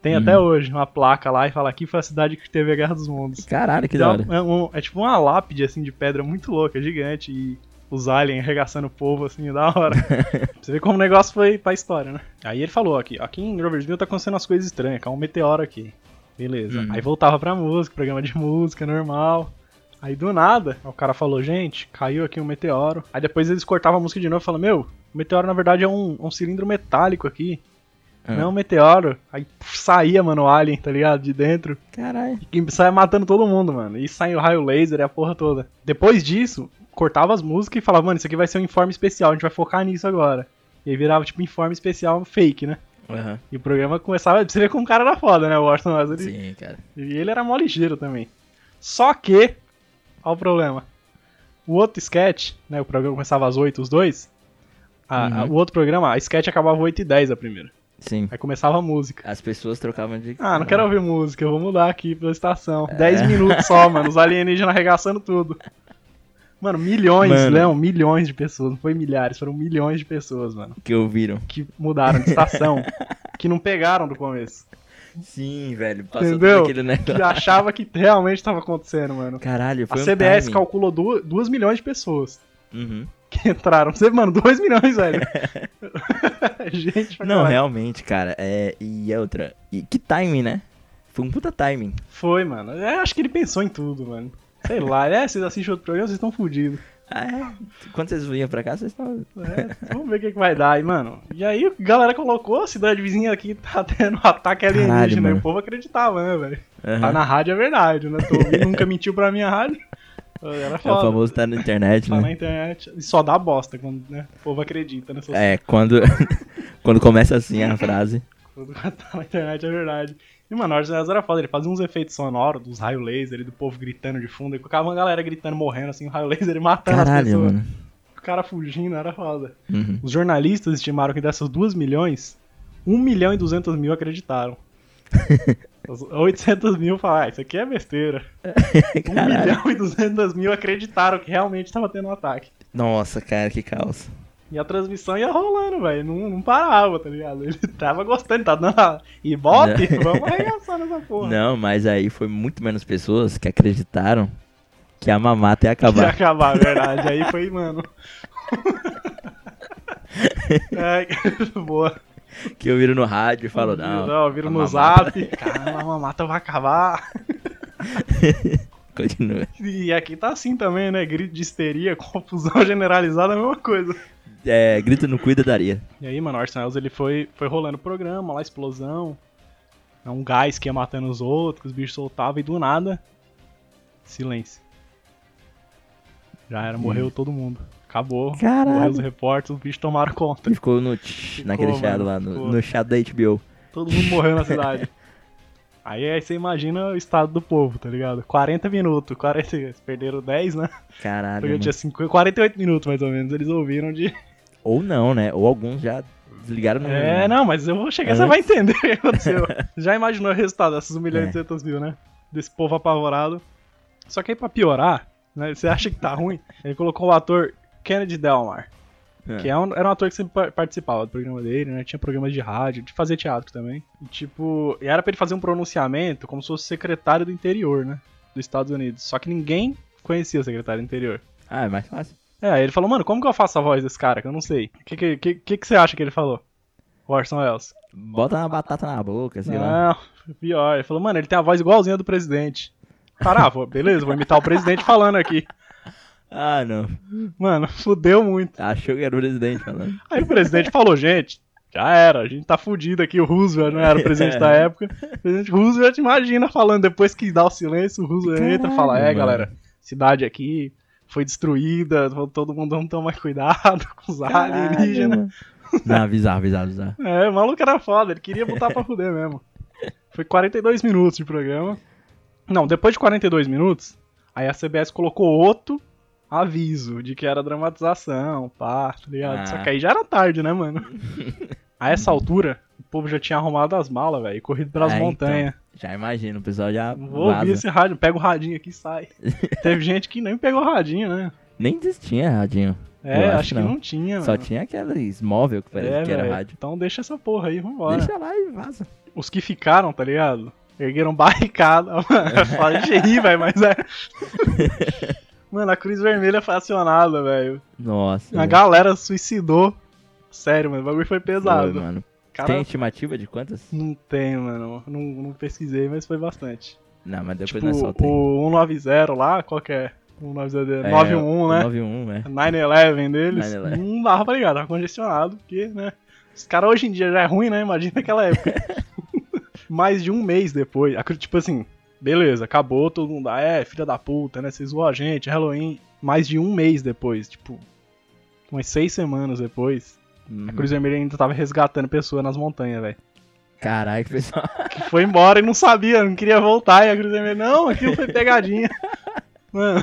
tem até Uhum. hoje uma placa lá e fala aqui foi a cidade que teve a Guerra dos Mundos. Caralho, que da Então, hora. é, um- é tipo uma lápide assim de pedra muito louca, gigante, e os aliens arregaçando o povo assim, da hora. Pra você ver como o negócio foi pra história, né? Aí ele falou aqui, aqui em Groversville tá acontecendo umas coisas estranhas, caiu um meteoro aqui. Beleza. Hum. Aí voltava pra música, programa de música, normal. Aí do nada, o cara falou, gente, caiu aqui um meteoro. Aí depois eles cortavam a música de novo e falavam, meu, o meteoro na verdade é um, um cilindro metálico aqui. Ah. Não é um meteoro. Aí puf, saía, mano, o alien, tá ligado? De dentro. Caralho. E sai matando todo mundo, mano. E sai o raio laser e a porra toda. Depois disso, cortava as músicas e falava, mano, isso aqui vai ser um informe especial, a gente vai focar nisso agora. E aí virava, tipo, informe especial fake, né? Aham. E o programa começava, você vê como o cara era foda, né, o Orson Welles. Ele- Sim, cara. E ele era mó ligeiro também. Só que, olha o problema. O outro sketch, né, o programa começava às 8, os dois. A- a- Uhum. o outro programa, a sketch acabava 8 e 10 a primeira. Sim. Aí começava a música. As pessoas trocavam de. Ah, não quero ouvir música, eu vou mudar aqui pela estação. É. 10 minutos só, mano, os alienígenas arregaçando tudo. Mano, milhões, Mano. Leão, milhões de pessoas, não foi milhares, foram milhões de pessoas, mano, Que ouviram. que mudaram de estação, que não pegaram do começo, Sim, velho. Passou Entendeu? Entendeu? aquele que negócio. achava que realmente tava acontecendo, mano. Caralho, A foi um CBS timing. calculou 2 milhões de pessoas Uhum. que entraram. Você, mano, 2 milhões, velho. Gente, pra Não, caralho. realmente, cara. É... E é outra. E que timing, né? Foi um puta timing. Foi, mano. É, acho que ele pensou em tudo, mano. Sei lá, é, vocês assistem outro programa, vocês estão fodidos. Ah, é. Quando vocês vinham pra cá, vocês estavam. É, vamos ver o que, que vai dar aí, mano. E aí, a galera colocou, a cidade vizinha aqui tá tendo um ataque Caralho, alienígena. e mano. o povo acreditava, né, velho? Aham. Tá na rádio é verdade, né? Tô ouvindo, nunca mentiu pra minha rádio. Era É o foda. famoso tá na internet, Tá na né? internet. E só dá bosta quando né, o povo acredita nessas É, quando, quando começa assim a frase. Tudo que tá na internet é verdade. E, mano, o Arsenal era foda. Ele fazia uns efeitos sonoros, dos raios laser e do povo gritando de fundo. E colocava uma galera gritando, morrendo, assim, o raio laser e matando as Caralho, pessoas. mano. O cara fugindo, era foda. Uhum. Os jornalistas estimaram que dessas 2 milhões, 1 milhão e 200 mil acreditaram. Os 800 mil falaram, ah, isso aqui é besteira. 1 Caralho. milhão e 200 mil acreditaram que realmente tava tendo um ataque. Nossa, cara, que caos. E a transmissão ia rolando, velho. Não, não parava, tá ligado? Ele tava gostando, tá dando a... E bote, Não. vamos arregaçar nessa porra. Não, mas aí foi muito menos pessoas que acreditaram que a mamata ia Ia acabar. acabar, é verdade. Aí foi, mano. Ai, boa. Que eu viro no rádio e falo, não. viram a no mamata zap. Caramba, a mamata vai acabar. Continua. E aqui tá assim também, né? Grito de histeria, confusão generalizada, a mesma coisa. É, grito no cuida daria. E aí, mano, o Arsenal ele foi, foi rolando o programa, lá explosão. É um gás que ia matando os outros, os bichos soltavam e do nada. Silêncio. Já era, morreu todo mundo. Acabou. Caralho. Morreu os repórteres, os bichos tomaram conta. E ficou no tch, naquele mano, chado lá, no, ficou. no chado da HBO. Todo mundo morreu na cidade. Aí, aí você imagina o estado do povo, tá ligado? 40 minutos, 40, eles perderam 10, né? Caralho. Porque mano. tinha 50, 48 minutos mais ou menos, eles ouviram de. Ou não, né? Ou alguns já desligaram no. né? É, não, mas eu vou chegar, você vai entender o que aconteceu. Já imaginou o resultado dessas 1 milhão e É. 200 mil, né? Desse povo apavorado. Só que aí pra piorar, né, você acha que tá ruim, ele colocou o ator Kennedy Delmar. É. Que é um- era um ator que sempre par- participava do programa dele, né? Tinha programas de rádio, de fazer teatro também. E tipo, e era pra ele fazer um pronunciamento como se fosse secretário do interior, né? Dos Estados Unidos. Só que ninguém conhecia o secretário do interior. Ah, é mais fácil. É, aí ele falou, mano, como que eu faço a voz desse cara? Que eu não sei. O que, que, que, que, que você acha que ele falou? O Orson Welles. Bota uma batata na boca, sei lá. Não, pior. Ele falou, mano, ele tem a voz igualzinha do presidente. Cara, ah, vou- beleza, vou imitar o presidente falando aqui. Ah, não. Mano, fudeu muito. Achou que era o presidente falando. Aí o presidente falou, gente, já era, a gente tá fudido aqui, o Roosevelt não era o presidente da época. O presidente Roosevelt imagina falando, depois que dá o silêncio, o Roosevelt entra e fala, é, Caralho, galera, cidade aqui foi destruída, todo mundo vamos tomar cuidado com os alienígenas. Caralho, mano. Não, avisar, avisar, avisar. É, o maluco era foda, ele queria botar pra fuder mesmo. Foi 42 minutos de programa. Não, depois de 42 minutos, aí a CBS colocou outro aviso de que era dramatização, pá, tá ligado? Ah. Só que aí já era tarde, né, mano? a essa altura, o povo já tinha arrumado as malas, velho, e corrido pelas É, então. montanhas. Já imagino, o pessoal já Vou ouvir vaza. esse rádio, pega o radinho aqui e sai. Teve gente que nem pegou o radinho, né? Nem existia radinho. Eu É, acho, acho que não. não, tinha, Só mano. tinha aqueles móvel que parecia É, que era velho. rádio. Então deixa essa porra aí, vambora. Deixa lá e vaza. os que ficaram, tá ligado? Ergueram barricada, mano. Fala de rir, velho, mas é. mano, a Cruz Vermelha foi acionada, velho. Nossa. A velho. galera suicidou. Sério, mano, o bagulho foi Foi, pesado. mano. Cara, Tem estimativa de quantas? não tem, mano. Não, não pesquisei, mas foi bastante. Não, mas depois Tipo, nós só tem. o 190 lá, qual que é? 190, É, 91, né? 91, é. 9-11 deles, 9-11. não dava pra ligar, tava congestionado, porque, né? Os caras hoje em dia já é ruim, né? Imagina naquela época. Mais de um mês depois, acre- tipo assim, beleza, acabou, todo mundo, ah, é, filha da puta, né? Vocês zoam a gente, Halloween. Mais de um mês depois, tipo, umas seis semanas depois, a Uhum. Cruz Vermelha ainda tava resgatando pessoa nas montanhas, velho. Caralho, que pessoal. Que foi embora e não sabia, não queria voltar, e a Cruz Vermelha, não, aquilo foi pegadinha. Mano,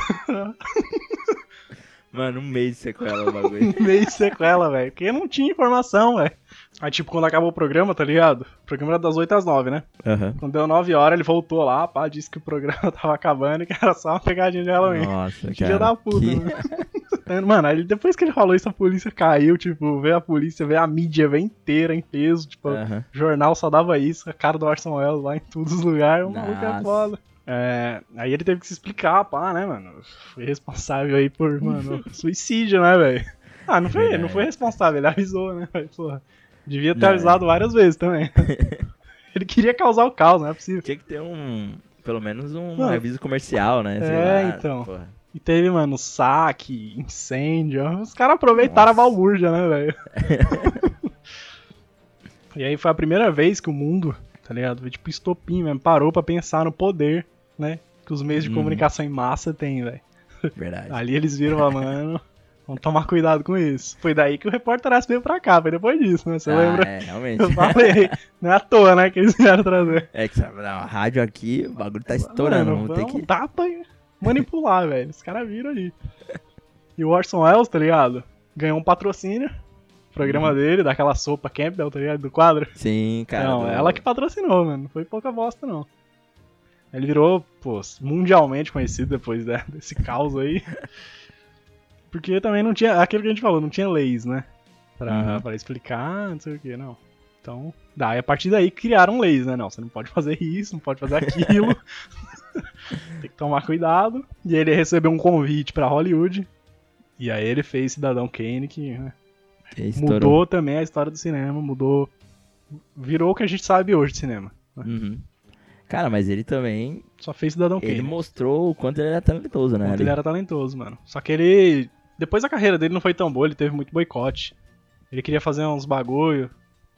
Mano, um mês de sequela o bagulho. meio de sequela, velho. Porque não tinha informação, velho. Aí, tipo, quando acabou o programa, tá ligado? O programa era das 8 às 9, né? Aham. Quando deu 9 horas, ele voltou lá, pá, disse que o programa tava acabando e que era só uma pegadinha de Halloween. Nossa, cara. Filha da puta, que- né? Mano, aí depois que ele falou isso, a polícia caiu, tipo, veio a polícia, veio a mídia, veio inteira em peso, tipo, Aham. jornal só dava isso, a cara do Orson Welles lá em todos os lugares, o maluco é Nossa. foda. É, aí ele teve que se explicar, pá, né, mano? Foi responsável aí por, mano, suicídio, né, velho? Ah, não foi, não foi responsável, ele avisou, né, velho? Porra. Devia ter É. Não, avisado várias vezes também. ele queria causar o caos, não é possível. Tinha que ter um. Pelo menos um Mano. aviso comercial, né? Sei É, lá, então. porra. E teve, mano, saque, incêndio. Os caras aproveitaram a Nossa. balbúrdia, né, velho? e aí foi a primeira vez que o mundo, tá ligado? Foi tipo estopim mesmo, parou pra pensar no poder, né? Que os meios de Uhum. comunicação em massa têm, velho. Verdade. Ali eles viram, ah, mano, vamos tomar cuidado com isso. Foi daí que o repórter Aço veio pra cá, foi depois disso, né? Você ah, lembra? É, realmente. Eu falei, não é à toa, né, que eles vieram trazer. É que sabe, não, a rádio aqui, o bagulho tá estourando. Mano, vamos ter vamos que. dá pra manipular, velho. Os caras viram ali. E o Orson Welles, tá ligado? Ganhou um patrocínio. Programa Uhum. dele, daquela sopa Campbell, tá ligado? Do quadro. Sim, cara. não, do- ela que patrocinou, mano. Não foi pouca bosta, não. Ele virou, pô, mundialmente conhecido depois da- desse caos aí. Porque também não tinha. Aquilo que a gente falou, não tinha leis, né? Pra, Uhum. pra explicar, não sei o que, não. Então, daí a partir daí criaram leis, né? Não, você não pode fazer isso, não pode fazer aquilo. Tem que tomar cuidado. E ele recebeu um convite pra Hollywood. E aí ele fez Cidadão Kane, que né, é, Estourou. mudou também a história do cinema, mudou. Virou o que a gente sabe hoje de cinema. Uhum. Cara, mas ele também. Só fez Cidadão Ele Kane. mostrou o quanto ele era talentoso, né? Ele, ali. ele era talentoso, mano. Só que ele. Depois a carreira dele não foi tão boa, ele teve muito boicote. Ele queria fazer uns bagulho.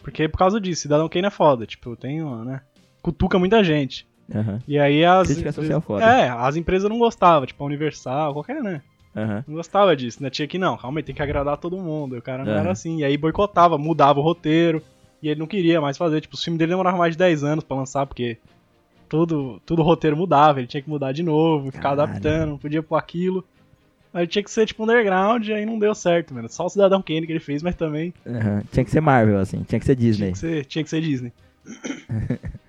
Porque por causa disso, Cidadão Kane é foda. Tipo, tem uma, né? Cutuca muita gente. Aham, E aí as. Crítica social empresas- foda. É, as empresas não gostavam, tipo, a Universal, qualquer, né? aham. Não gostava disso, né? Tinha que, não, calma aí, tem que agradar todo mundo. E o cara não Aham. era assim. E aí boicotava, mudava o roteiro. E ele não queria mais fazer. Tipo, os filmes dele demoravam mais de 10 anos pra lançar, porque tudo, tudo o roteiro mudava, ele tinha que mudar de novo, ficar Caralho. adaptando, não podia pôr aquilo. Aí tinha que ser tipo underground e aí não deu certo, mano. Só o Cidadão Kane que ele fez, mas também aham. Tinha que ser Marvel, assim. Tinha que ser tinha Disney. que ser, tinha que ser Disney.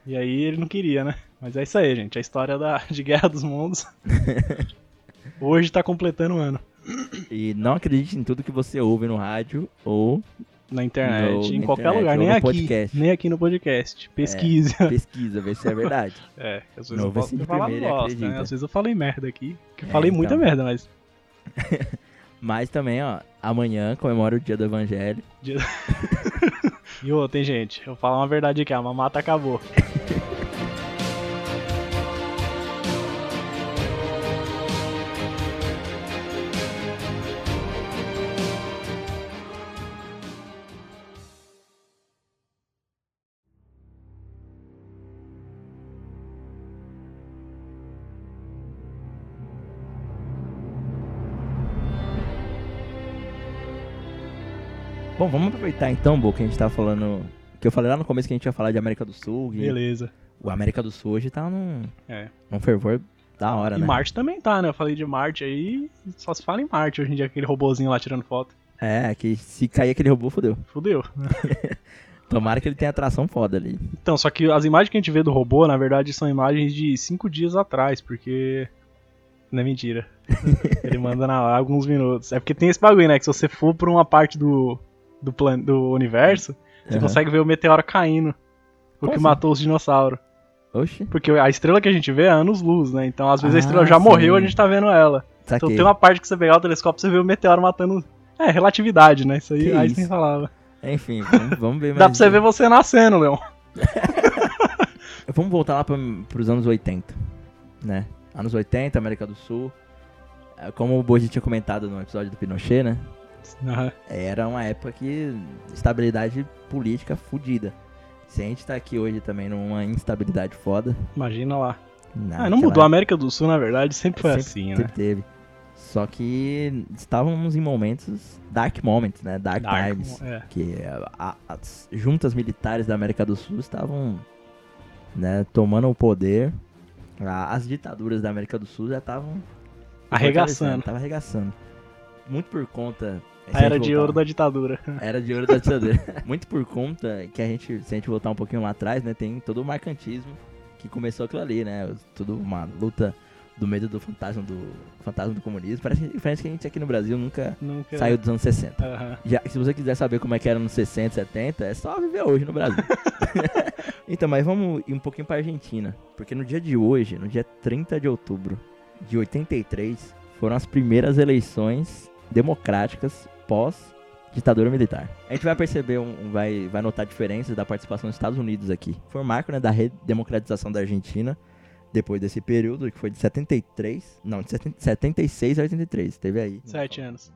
e aí ele não queria, né? Mas é isso aí, gente. A história da, de Guerra dos Mundos. Hoje tá completando um ano. E não acredite em tudo que você ouve no rádio ou Na internet, No- em na qualquer internet, lugar, ou nem no aqui. podcast. Nem aqui no podcast. Pesquise. pesquisa, ver se é verdade. É, às vezes Não, eu vai posso ser de ter falado primeira, bosta, acredita. né? Às vezes eu falei merda aqui. Que eu É, falei então. muita merda, mas. Mas também, ó, amanhã comemora o dia do evangelho. E ô, tem gente, eu vou falar uma verdade aqui, a mamata acabou. Bom, vamos aproveitar então, Bo, que a gente tava falando. Que eu falei lá no começo que a gente ia falar de América do Sul. E Beleza. o América do Sul hoje tá num, É. num fervor da hora, E né? Marte também tá, né? Eu falei de Marte aí, só se fala em Marte hoje em dia, aquele robozinho lá tirando foto. É, que se cair aquele robô, fodeu. Fudeu. Tomara que ele tenha atração foda ali. Então, só que as imagens que a gente vê do robô, na verdade, são imagens de cinco dias atrás, porque. Não é mentira. Ele manda na lá alguns minutos. É porque tem esse bagulho, né? Que se você for pra uma parte do, do, plan, do universo, você Aham. consegue ver o meteoro caindo. O Como que assim? matou os dinossauros. Oxi, Porque a estrela que a gente vê é anos-luz, né? Então, às vezes Ah, a estrela já sim. morreu a gente tá vendo ela. Então, saquei. tem uma parte que você pegar o telescópio, você vê o meteoro matando. É, relatividade, né? Isso aí Que Einstein isso? falava. Enfim, vamos, vamos ver mais. Dá pra você ver você nascendo, Leon. Vamos voltar lá pra, pros anos 80, né? Anos 80, América do Sul. É, Como o Boji tinha comentado no episódio do Pinochet, né? Aham. Era uma época que estabilidade política fodida. Se a gente tá aqui hoje também numa instabilidade foda. Imagina lá. na- Ah, não sei mudou. lá, A América do Sul, na verdade, sempre foi É Sempre assim, né? sempre teve. Só que estávamos em momentos dark moments, né? Dark, Dark, times. é. que a- as juntas militares da América do Sul estavam né, tomando o poder. A- As ditaduras da América do Sul já estavam Arregaçando. Tava arregaçando. Muito por conta. se A gente era de voltar- ouro da ditadura. Era de ouro da ditadura. Muito por conta que a gente, se a gente voltar um pouquinho lá atrás, né, tem todo o marcantismo que começou aquilo ali, né? Tudo uma luta do medo do fantasma do fantasma do comunismo. Parece, parece que a gente aqui no Brasil nunca Nunca... saiu dos anos 60. Aham. Já- se você quiser saber como é que era nos 60, 70, é só viver hoje no Brasil. então, mas vamos ir um pouquinho pra Argentina. Porque no dia de hoje, no dia 30 de outubro de 83, foram as primeiras eleições democráticas pós ditadura militar. A gente vai perceber, um, um- vai, vai notar diferenças da participação dos Estados Unidos aqui. Foi um marco né, da redemocratização da Argentina depois desse período, que foi de 73, não, de 70 76 a 83, teve aí. Sete anos.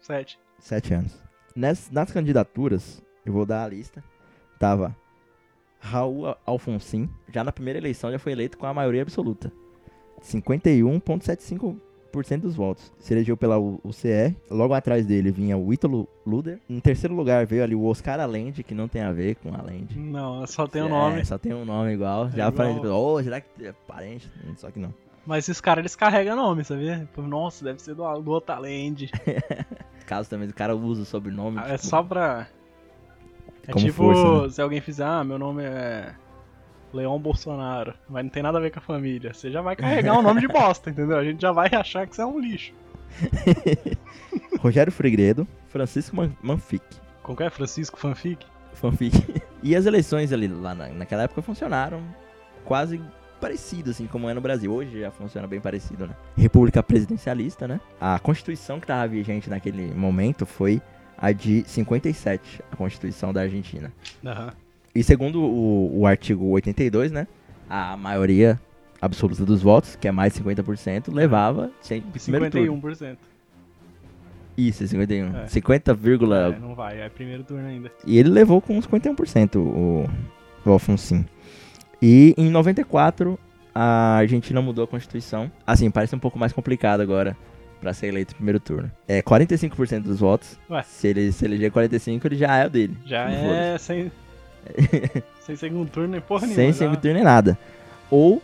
Sete. Sete anos. Nas, nas candidaturas, eu vou dar a lista. Tava Raul um Alfonsin, já na primeira eleição já foi eleito com a maioria absoluta. 51,75% 4% dos votos. Se elegeu pela U- UCE. Logo atrás dele vinha o Ítalo Luder. Em terceiro lugar veio ali o Oscar Allende, que não tem a ver com Allende. Não, só tem o É, nome. É só tem um nome igual. Já igual. falei, tipo, ô, será que é parente? Só que não. Mas esses caras, eles carregam nome, sabia? Tipo, Nossa, deve ser do, do Otalend. Caso também do cara usa o sobrenome. É tipo, só pra... É Como tipo força, né? se alguém fizer, ah, meu nome é Leon Bolsonaro, mas não tem nada a ver com a família. Você já vai carregar um nome de bosta, entendeu? A gente já vai achar que você é um lixo. Rogério Fregredo, Francisco Man- Manfic. Como que é? Francisco Fanfic? Fanfic. E as eleições ali lá na- naquela época funcionaram quase parecido, assim, como é no Brasil. Hoje já funciona bem parecido, né? República presidencialista, né? A Constituição que tava vigente naquele momento foi a de 57, a Constituição da Argentina. Aham. E segundo o, o artigo 82, né? A maioria absoluta dos votos, que é mais 50%, levava sempre pro primeiro turno. 51%. Isso, 51. É. 50, É, não vai, é primeiro turno ainda. e ele levou com 51% o, o Alfonsin. E em 94, a Argentina mudou a Constituição. Assim, parece um pouco mais complicado agora pra ser eleito no primeiro turno. É 45% dos votos. Ué. Se ele se eleger 45, ele já é o dele. Já Foda-se. é sem... sem segundo turno nem porra nenhuma. Sem já. segundo turno nem nada. Ou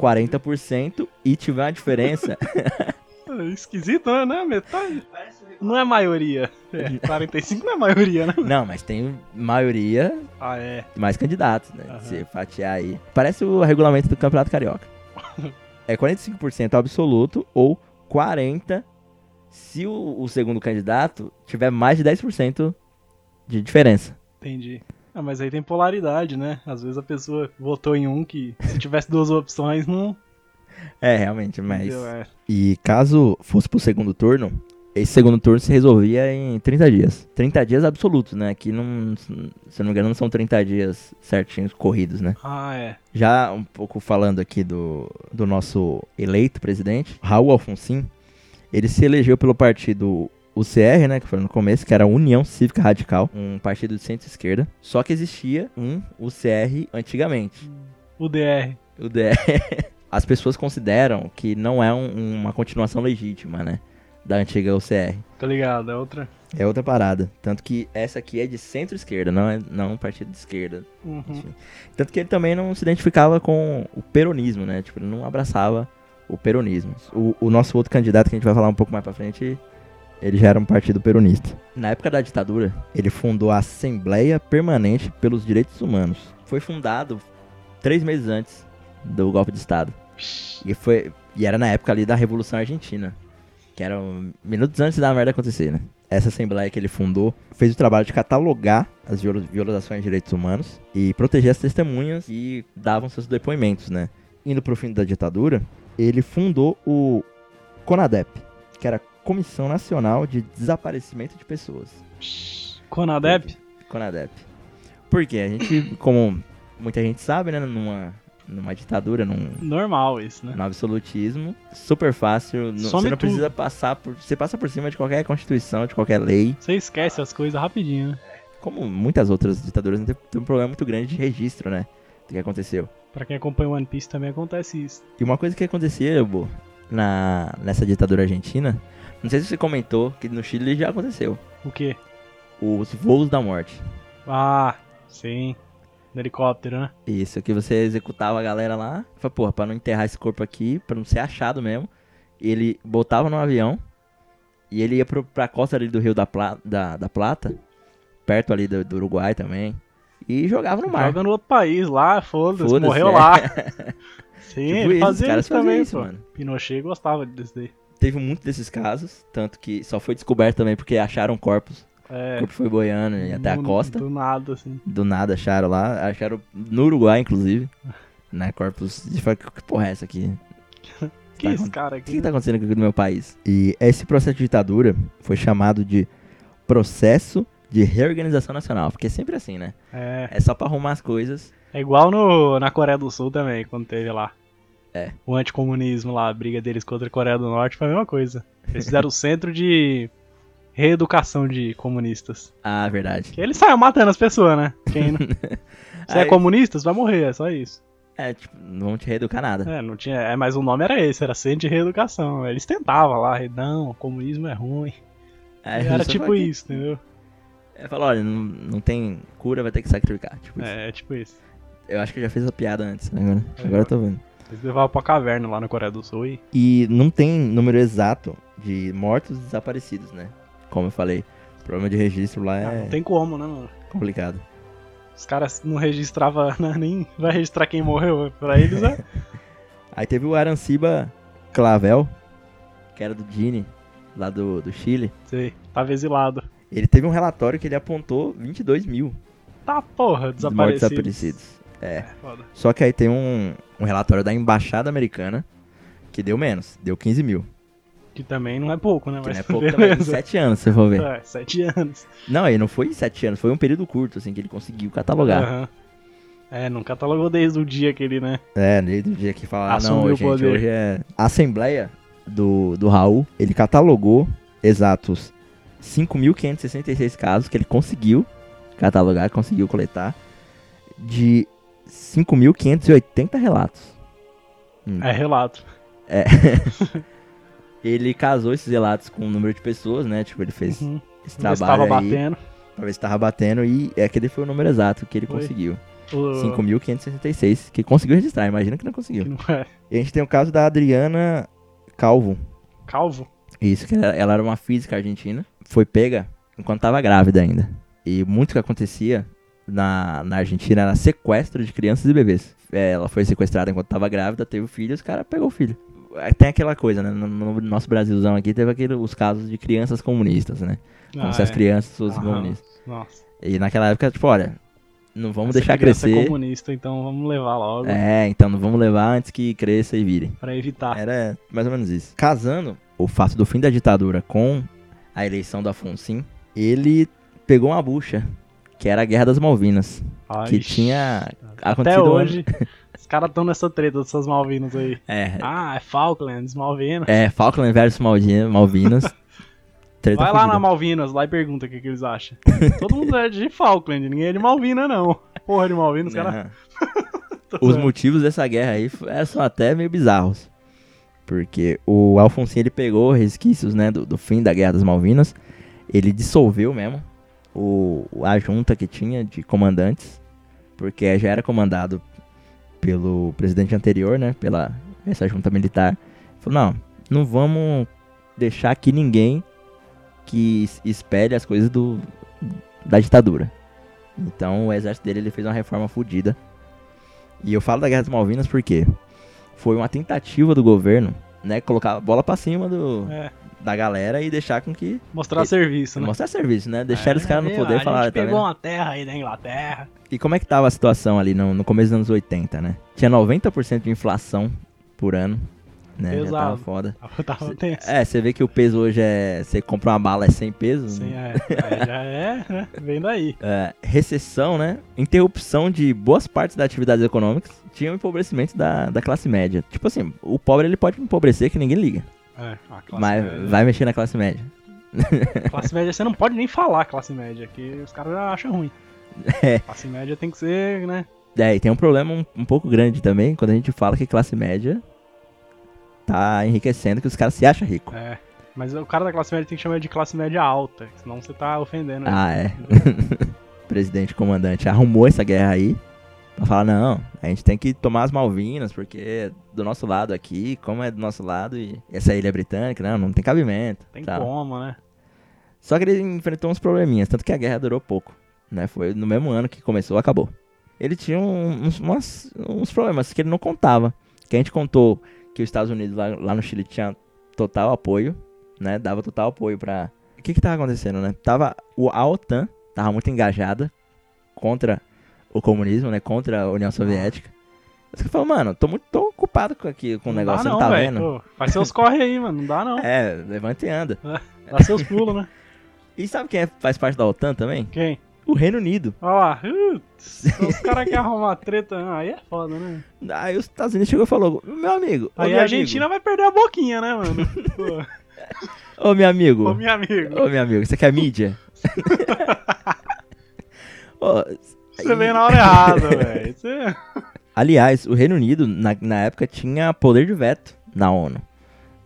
40% e tiver uma diferença. Esquisito, né? Não é metade. Não é maioria. É, 45 não é maioria, né? Não, mas tem maioria Ah, é. de mais candidatos, né? Aham. Se fatiar aí. Parece o regulamento do Campeonato Carioca. é 45% absoluto ou 40% se o, o segundo candidato tiver mais de 10% de diferença. Entendi. Ah, mas aí tem polaridade, né? Às vezes a pessoa votou em um que se tivesse duas opções, não. É, realmente, mas. Entendeu? É. E caso fosse pro segundo turno, esse segundo turno se resolvia em 30 dias. 30 dias absolutos, né? Que não. Se eu não me engano, não são 30 dias certinhos corridos, né? Ah, é. Já um pouco falando aqui do, do nosso eleito presidente, Raul Alfonsin, ele se elegeu pelo partido UCR, né, que foi no começo, que era a União Cívica Radical, um partido de centro-esquerda, só que existia um UCR antigamente, O DR. o DR. As pessoas consideram que não é um- uma continuação legítima, né, da antiga UCR. Tá ligado? É outra. É outra parada, tanto que essa aqui é de centro-esquerda, não é não é um partido de esquerda. Uhum. Enfim. Tanto que ele também não se identificava com o peronismo, né? Tipo, ele não abraçava o peronismo. O, o nosso outro candidato, que a gente vai falar um pouco mais pra frente, ele já era um partido peronista. Na época da ditadura, ele fundou a Assembleia Permanente pelos Direitos Humanos. Foi fundado três meses antes do golpe de Estado. E, foi, e era na época ali da Revolução Argentina, que era um- minutos antes da merda acontecer, né? Essa assembleia que ele fundou fez o trabalho de catalogar as viol- violações de direitos humanos e proteger as testemunhas que davam seus depoimentos, né? Indo pro fim da ditadura, ele fundou o CONADEP, que era Comissão Nacional de Desaparecimento de Pessoas. Conadep? CONADEP. Por quê? A gente, como muita gente sabe, né? Numa, numa ditadura, num, Normal isso, né? no absolutismo, super fácil. não- Some você não tudo. precisa passar por. Você passa por cima de qualquer constituição, de qualquer lei. Você esquece as coisas rapidinho, né? Como muitas outras ditaduras, não tem, tem um problema muito grande de registro, né? Do que aconteceu. Pra quem acompanha One Piece também acontece isso. E uma coisa que acontecia, Bo, na nessa ditadura argentina, não sei se você comentou que no Chile já aconteceu. O quê? Os voos da morte. Ah, sim. No helicóptero, né? Isso, que você executava a galera lá. Fala, porra, pra não enterrar esse corpo aqui, pra não ser achado mesmo. Ele botava no avião e ele ia pro, pra costa ali do Rio da, Pla- da, da Plata, perto ali do, do Uruguai também, e jogava no mar. Joga no outro país lá, foda-se, Foda-se, morreu é. lá. Sim, Tipo ele isso, os fazia caras isso também, faziam isso, pô. mano. Pinochet gostava disso daí. Teve muito desses casos, tanto que só foi descoberto também porque acharam corpos. O É. corpo foi boiando e até a do- costa. Do nada, assim. Do nada acharam lá, acharam no Uruguai, inclusive. Né, corpos. E falaram, que porra é essa aqui? Que Tá esse com- cara O que aqui? está acontecendo aqui no meu país? E esse processo de ditadura foi chamado de processo de reorganização nacional, porque é sempre assim, né? É. É só para arrumar as coisas. É igual no, na Coreia do Sul também, quando teve lá. É. O anticomunismo lá, a briga deles contra a Coreia do Norte foi a mesma coisa. Eles fizeram o centro de reeducação de comunistas. Ah, verdade. Que eles saiam matando as pessoas, né? Quem não... Se é Aí- comunista, você vai morrer, é só isso. É, tipo, não vão te reeducar nada. É, não tinha. É, mas o nome era esse, era Centro de Reeducação. Eles tentavam lá, não, o comunismo é ruim. É, era só tipo fala que- isso, entendeu? É, falou, olha, não, não tem cura, vai ter que sacrificar. Tipo, isso. É, é tipo isso. Eu acho que eu já fiz essa piada antes, né, agora, agora eu tô vendo. Eles levavam pra caverna lá na Coreia do Sul e. E não tem número exato de mortos e desaparecidos, né? Como eu falei, o problema de registro lá Ah, é não tem como, né, mano? complicado. Os caras não registravam, né, nem vai registrar quem morreu. Pra eles é. Aí teve o Aranciba Clavel, que era do Gini, lá do, do Chile. Sei, tá tava exilado. Ele teve um relatório que ele apontou 22 mil Tá porra, mortos desaparecido. desaparecidos. É. Foda. Só que aí tem um, um relatório da Embaixada Americana que deu menos, deu 15 mil. Que também não é pouco, né? Que não Mas é pouco também, em beleza. 7 anos, se você for ver. É, sete anos. Não, aí não foi em 7 anos, foi um período curto, assim, que ele conseguiu catalogar. Aham. É, não catalogou desde o dia que ele, né? É, desde o dia que falaram, Assumiu não, o gente, poder." hoje é... A Assembleia do, do Raul, ele catalogou exatos 5.566 casos que ele conseguiu catalogar, conseguiu coletar, de 5.580 relatos. Hum. É relato. Ele casou esses relatos com o número de pessoas, né? Tipo, ele fez Uhum. esse Mas trabalho tava aí, batendo. pra ver se tava batendo, e aquele foi o número exato que ele Foi. conseguiu. O... 5.566, que conseguiu registrar, imagina que não conseguiu. que não é E a gente tem o caso da Adriana Calvo. calvo. Isso, que ela, ela era uma física argentina. Foi pega enquanto tava grávida ainda. E muito que acontecia na, na Argentina era sequestro de crianças e bebês. É, ela foi sequestrada enquanto tava grávida, teve o filho, os caras pegou o filho. É, Tem aquela coisa, né? No, no nosso Brasilzão aqui teve aquele, os casos de crianças comunistas, né? Como Ah, se as é. crianças fossem Aham. comunistas. Nossa. E naquela época, tipo, olha, não vamos Essa deixar criança é crescer. comunista, então vamos levar logo É, então não vamos levar antes que cresça e vire. pra evitar. Era mais ou menos isso. Casando o fato do fim da ditadura com a eleição do Afonso, ele pegou uma bucha, que era a Guerra das Malvinas, Ai, que tinha acontecido um ano- Até hoje, os caras estão nessa treta dessas Malvinas aí. É, Ah, é Falklands, Malvinas. é Falkland versus Maldi- Malvinas. Treta Vai lá fodida. na Malvinas, lá e pergunta o que, que eles acham. Todo mundo é de Falkland, ninguém é de Malvina, não. Porra de Malvina, os caras. Aham. Né. Os motivos dessa guerra aí f- é, são até meio bizarros. Porque o Alfonsinho ele pegou resquícios né, do, do fim da Guerra das Malvinas. Ele dissolveu mesmo o, a junta que tinha de comandantes. Porque já era comandado pelo presidente anterior, né? Pela essa junta militar. Falou, não, não vamos deixar aqui ninguém que es- espelhe as coisas do, da ditadura. Então o exército dele ele fez uma reforma fodida. E eu falo da Guerra das Malvinas porque foi uma tentativa do governo, né, colocar a bola pra cima do, É. da galera e deixar com que Mostrar E- serviço, né? mostrar serviço, né? Deixar os caras no É, poder a e falar, tá gente pegou vendo? uma terra aí da Inglaterra. E como é que tava a situação ali no, no começo dos anos 80, né? Tinha 90% de inflação por ano, né? Já tava Pesado. foda. Tava tenso. É, você vê que o peso hoje é, você compra uma bala é 100 pesos, Sim, é. é, já é, né? Vem daí. é, recessão, né? Interrupção de boas partes das atividades econômicas tinha o empobrecimento da, da classe média. Tipo assim, o pobre ele pode empobrecer que ninguém liga, É, a classe mas média. vai mexer na classe média. Classe média, você não pode nem falar classe média, que os caras já acham ruim. É. Classe média tem que ser, né? É, e tem um problema um, um pouco grande também quando a gente fala que classe média tá enriquecendo, que os caras se acham ricos. É. Mas o cara da classe média tem que chamar de classe média alta, que senão você tá ofendendo. ele. Ah, é. Presidente comandante arrumou essa guerra aí pra falar: não, a gente tem que tomar as Malvinas, porque é do nosso lado aqui, como é do nosso lado, e essa ilha é britânica, não, não tem cabimento. Tem tal. como, né? Só que ele enfrentou uns probleminhas, tanto que a guerra durou pouco, né? Foi no mesmo ano que começou, acabou. Ele tinha um- uns, umas- uns problemas que ele não contava. Que a gente contou que os Estados Unidos lá, lá no Chile tinha total apoio, né? Dava total apoio pra... O que que tava acontecendo, né? Tava... o- A OTAN tava muito engajada contra o comunismo, né? Contra a União Soviética. Os caras falaram, mano, tô muito tô ocupado com, aqui, com o negócio, você dá, não tá velho. vendo? Pô, Faz seus corre aí, mano. Não dá, não. É, levanta e anda. Dá seus pulos, né? E sabe quem é- faz parte da OTAN também? Quem? O Reino Unido. Olha lá. Putz, então os caras querem arrumar treta. Ah, aí é foda, né? Aí os Estados Unidos chegou e falou: Meu amigo, ô, Aí meu a Argentina vai perder a boquinha, né, mano? amigo, Pô, ô meu amigo, Ô, ô meu amigo. meu amigo, você quer mídia? Ô, Você veio na hora errada, velho. Você... Aliás, o Reino Unido, na, na época, tinha poder de veto na ONU.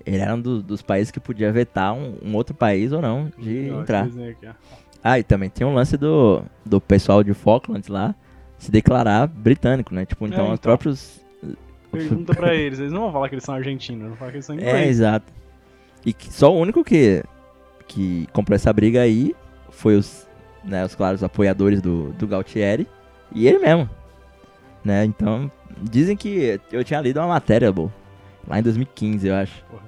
Ele era um do- dos países que podia vetar um, um outro país ou não de Ó, entrar. esse desenho aqui, ó. Ah, e também tem um lance do, do pessoal de Falklands lá se declarar britânico, né? Tipo, então, os então. próprios. Pergunta pra eles, eles não vão falar que eles são argentinos, vão falar que eles são É, ingleses. exato. E que- só o único que, que comprou essa briga aí foi os, né, os claros apoiadores do, do Galtieri e ele mesmo. Né? Então, dizem que eu tinha lido uma matéria, Bo, lá em 2015, eu acho. Porra.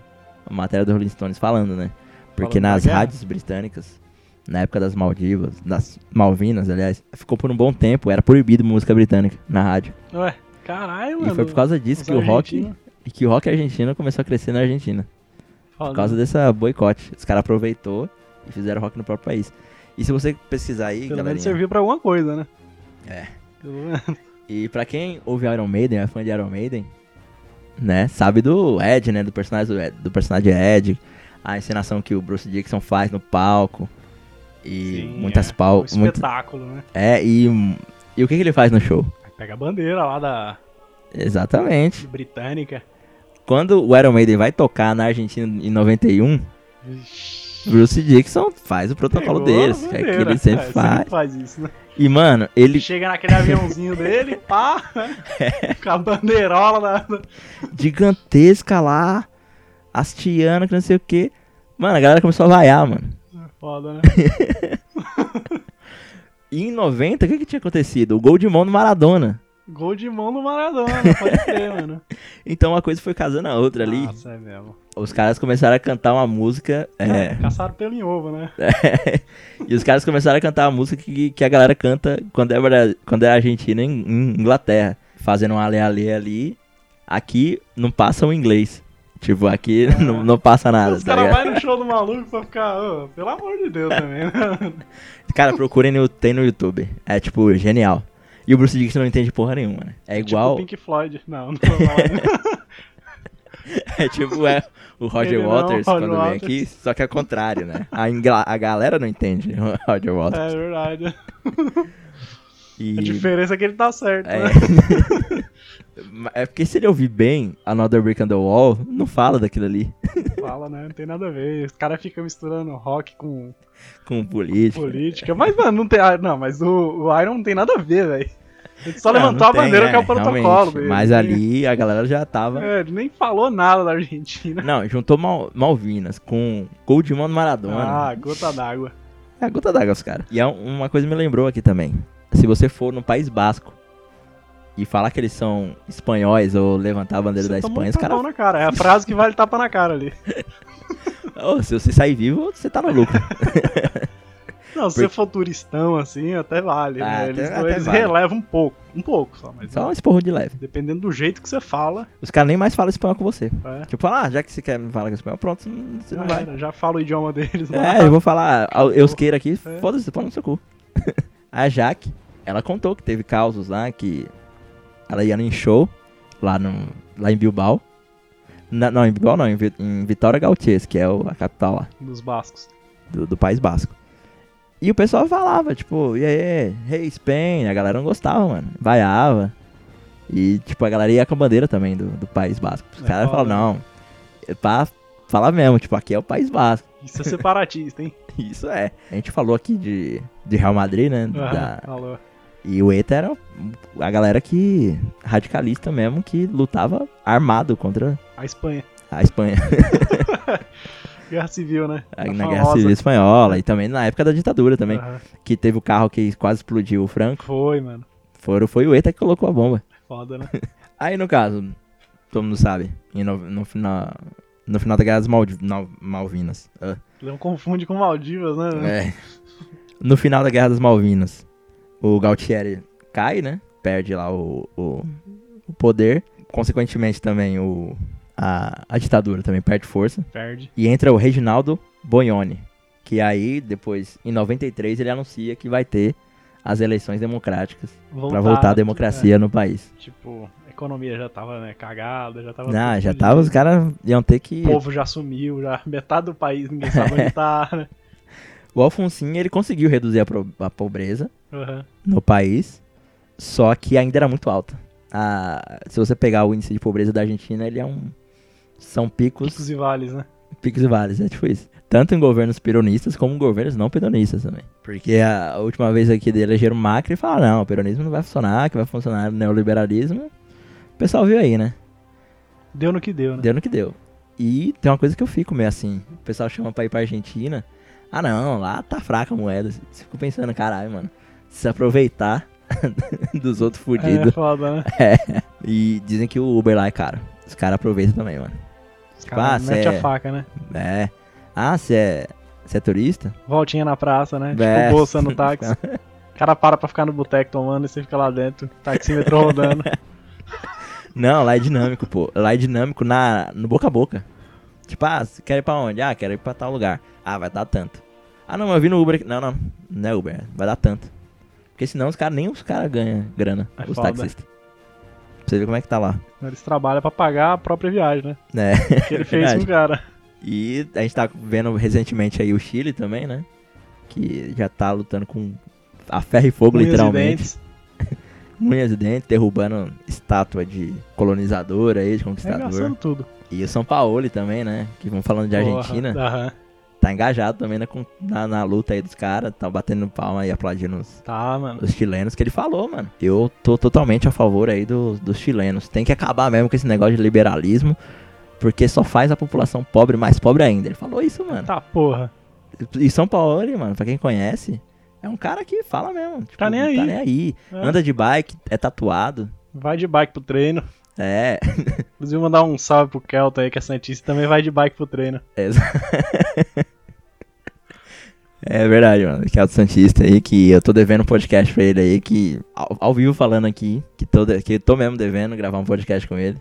Uma matéria do Rolling Stones falando, né? Porque Falando da nas guerra? rádios britânicas, na época das Maldivas, das Malvinas, aliás, ficou por um bom tempo, era proibido música britânica na rádio. Ué, caralho, mano. E foi por causa disso os que o rock, argentinos. e que o rock argentino começou a crescer na Argentina. Foda. Por causa né? dessa boicote. Os caras aproveitou e fizeram rock no próprio país. E se você pesquisar aí, Pelo galerinha, menos serviu pra alguma coisa, né? É. Pelo menos. e pra quem ouve Iron Maiden, é fã de Iron Maiden, né, sabe do Ed, né, do personagem do Ed, do personagem Ed, a encenação que o Bruce Dixon faz no palco e Sim, muitas é. Um pau, muito, espetáculo, né? é e, e o que que ele faz no show? Pega a bandeira lá da Exatamente. britânica. Quando o Iron Maiden vai tocar na Argentina em 91, Vixe. Bruce Dixon faz o protocolo Pegou a deles, que é que bandeira. ele sempre É, faz. faz isso, né? E mano, ele É. Chega naquele aviãozinho dele, pá, né? com a bandeirola da... gigantesca lá, hastiana, que não sei o que. Mano, a galera começou a vaiar, mano. Foda, né? E em 90, o que, que tinha acontecido? O gol de mão do Maradona. Gol de mão do Maradona, pode crer, mano. Então uma coisa foi casando a outra ali. Nossa, é mesmo. Os caras começaram a cantar uma música. É. Caçaram pelo em ovo, né? e os caras começaram a cantar a música que, que a galera canta quando é, bra- quando é Argentina em, em Inglaterra. Fazendo um ale ale ali. Aqui não passa o inglês. Tipo, aqui não, não passa nada. Os tá caras ligado? vão no show do maluco pra ficar, "Ô, pelo amor de Deus também, né? Cara, procurem no, tem no YouTube. É tipo, genial. E o Bruce Dixon não entende porra nenhuma, né? É igual. Tipo Pink Floyd. Não, não vou falar. é tipo é, o Roger Ele não, Waters Roger quando vem Waters. aqui, só que é o contrário, né? A, ingla- a galera não entende o Roger Waters. É verdade. E- A diferença é que ele tá certo, é. né? Ma- é porque se ele ouvir bem Another Brick on the Wall, não fala daquilo ali. Fala, né? Não tem nada a ver. Os caras ficam misturando rock com Com um política. política. Mas, mano, não tem. ah, Não, mas o, o Iron não tem nada a ver, velho. Ele só Não, não levantou a tem, bandeira é, que é o realmente. protocolo, velho. Mas Ele- ali a galera já tava. É, ele nem falou nada da Argentina. Não, juntou Mal- Malvinas com Gol de Mão do Maradona. Ah, gota d'água. É a gota d'água, os caras. E é um- uma coisa me lembrou aqui também. Se você for no País Basco e falar que eles são espanhóis ou levantar a bandeira Você da toma Espanha, um os tapão caras. na cara. É a frase que vale tapa na cara ali. Ô, se você sair vivo, você tá no lucro. Não, se Por- você for turistão assim, até vale. Ah, né? até- Eles, até eles vale. relevam um pouco. Um pouco só, mas. Só um esporro de leve. Dependendo do jeito que você fala. Os caras nem mais falam espanhol com você. É. Tipo, ah, já que você quer me falar com espanhol, pronto, você Já, não vai. era, já fala o idioma deles lá. É, eu vou falar ao- eusqueira aqui, É. foda-se, põe no seu cu. A Jaque, ela contou que teve causos lá, que ela ia em show, lá, no, lá em Bilbao. Na- não, em Bilbao não, em, Vi- em Vitória Galtier, que é o- a capital lá, Dos bascos. do, do País Basco. E o pessoal falava, tipo, e aí, hey Spain, a galera não gostava, mano, vaiava. E, tipo, a galera ia com a bandeira também do, do País Basco. Os É caras foda, falavam, não, é pra falar mesmo, tipo, aqui é o País Basco. Isso é separatista, hein? Isso é. A gente falou aqui de, de Real Madrid, né? Ah, Da- Falou. e o ETA era a galera que. radicalista mesmo, que lutava armado contra A Espanha. a Espanha Guerra Civil, né? A na Guerra famosa. Civil Espanhola e também na época da ditadura também. Aham. Que teve o carro que quase explodiu o Franco. Ah, Foi, mano. Foram, foi o ETA que colocou a bomba. Foda, né? Aí no caso, todo mundo sabe, em no, no, final- no final da Guerra das Maldi- Mal- Malvinas. ah, Não confunde com Maldivas, né? É. No final da Guerra das Malvinas, o Galtieri cai, né? Perde lá o, o, o poder. Consequentemente, também o, a, a ditadura também perde força. Perde. E entra o Reginaldo Boione. Que aí, depois, em 93, ele anuncia que vai ter as eleições democráticas pra né? voltar a democracia no país. É, tipo, a economia já tava, né, cagada, já tava. Ah, tudo já fodido. tava, os caras iam ter que. O povo já sumiu, já metade do país ninguém sabe onde tá, né? O Alfonsinho ele conseguiu reduzir a pro- a pobreza Aham. no país, só que ainda era muito alta. a- se você pegar o índice de pobreza da Argentina, ele é um. São picos, Picos e vales, né? picos e vales, é tipo isso. Tanto em governos peronistas como em governos não peronistas também. Porque a última vez aqui de elegeram o Macri e falaram, não, o peronismo não vai funcionar, que vai funcionar o neoliberalismo. O pessoal viu aí, né? Deu no que deu, né? Deu no que deu. E tem uma coisa que eu fico meio assim. O pessoal chama pra ir pra Argentina. Ah não, lá tá fraca a moeda. Você fica pensando, caralho, mano. Se aproveitar dos outros É fudidos. foda, né? E dizem que o Uber lá é caro. Os caras aproveitam também, mano. Os ah, caras cê metem é- a faca, né? É. Ah, você é. Você é turista? Voltinha na praça, né? É. Tipo bolsa no táxi. O cara para pra ficar no boteco tomando e você fica lá dentro. Taxímetro rodando. Não, lá é dinâmico, pô. Lá é dinâmico na, no boca a boca. Tipo, ah, você quer ir pra onde? Ah, quero ir pra tal lugar. Ah, vai dar tanto. Ah, não, eu vi no Uber aqui. Não, não. Não é Uber. Vai dar tanto. Porque senão os caras, nem os caras ganham grana. É os foda. taxistas. Pra você ver como é que tá lá. Eles trabalham pra pagar a própria viagem, né? É. Que ele fez Verdade. com o cara. E a gente tá vendo recentemente aí o Chile também, né? Que já tá lutando com a ferro e fogo, Unhas e literalmente. dentes. Unhas e dentes, derrubando estátua de colonizador aí, de É conquistador. gastando tudo. E o São Paulo também, né? Que vão falando tá de Porra, Argentina. aham. Tá engajado também na, con- na, na luta aí dos caras. Tá batendo palma e aplaudindo os, Tá, mano. os chilenos que ele falou, mano. Eu tô totalmente a favor aí do- dos chilenos. Tem que acabar mesmo com esse negócio de liberalismo. Porque só faz a população pobre mais pobre ainda. Ele falou isso, mano. Tá, porra. E São Paulo, mano, pra quem conhece, é um cara que fala mesmo. tipo, Tá nem aí. Tá nem aí. É. Anda de bike, é tatuado. Vai de bike pro treino. É. Inclusive, mandar um salve pro Kelta aí, que é Santista também vai de bike pro treino. É verdade, mano. Que é o Santista aí, que eu tô devendo um podcast pra ele aí, que ao, ao vivo falando aqui, que, tô de- que eu tô mesmo devendo gravar um podcast com ele.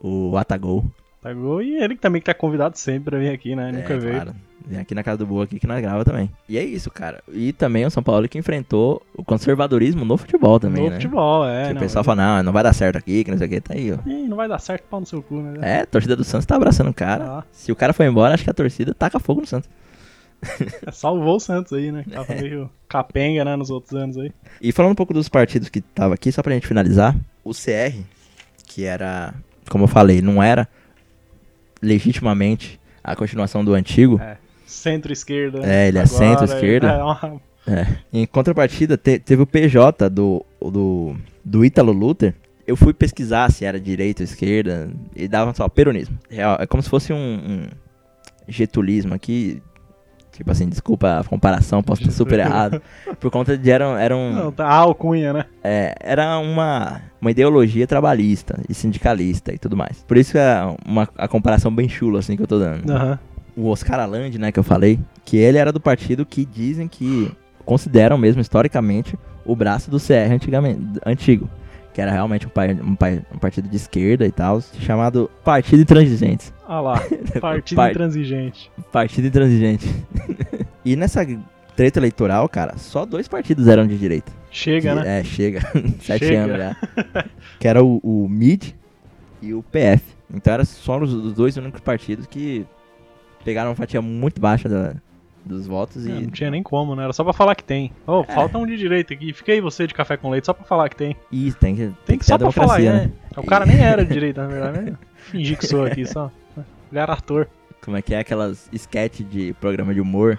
O Atagol. Tá gol. E ele que também que tá convidado sempre pra vir aqui, né? Nunca é, veio. claro. Vem aqui na casa do Boa aqui que nós grava também. E é isso, cara. E também o São Paulo que enfrentou o conservadorismo no futebol também, no né? futebol, é. que não, o pessoal fala, não, não vai dar certo aqui, que não sei o que, tá aí, ó. Ih, não vai dar certo, pau no seu cu, né? É, a torcida do Santos tá abraçando o cara. Ah. Se o cara foi embora, acho que a torcida taca fogo no Santos. É, Salvou o Santos aí, né? Que Tava É. meio capenga, né? Nos outros anos aí. E falando um pouco dos partidos que tava aqui, só pra gente finalizar, o CR, que era, como eu falei, não era legitimamente a continuação do antigo. É. Centro-esquerda. É, ele é agora, centro-esquerda. É, uma- Em contrapartida, te- teve o PJ do, do, do Ítalo Luther. Eu fui pesquisar se era direita ou esquerda, e dava só peronismo. É, ó, é como se fosse um, um getulismo aqui. Tipo assim, desculpa a comparação, posso estar super errado. Por conta de eram, eram Não, tá, a alcunha, né? é, era uma, uma ideologia trabalhista e sindicalista e tudo mais. Por isso que é uma, a comparação bem chula, assim, que eu tô dando. Aham. O Oscar Alandi, né, que eu falei, que ele era do partido que dizem que consideram mesmo, historicamente, o braço do CR antigamente, antigo. Que era realmente um, pa- um pa- um partido de esquerda e tal, chamado Partido Intransigente. Ah lá. Partido Par- intransigente. Partido Intransigente. e nessa treta eleitoral, cara, só dois partidos eram de direita. Chega, Que- né? É, chega. Sete Chega. anos já. que era o, o MID e o PF. Então era só os, os dois únicos partidos que pegaram uma fatia muito baixa da- dos votos É, e. não tinha nem como, né? Era só pra falar que tem. Ô, falta um de direito aqui. Fica aí você de café com leite só pra falar que tem. E isso, É. tem que, tem Tem que ter que só a pra falar, democracia, né? né? O cara nem era de direito, na verdade. né? Fingir que sou aqui só. Ele era ator. Como é que é aquelas sketch de programa de humor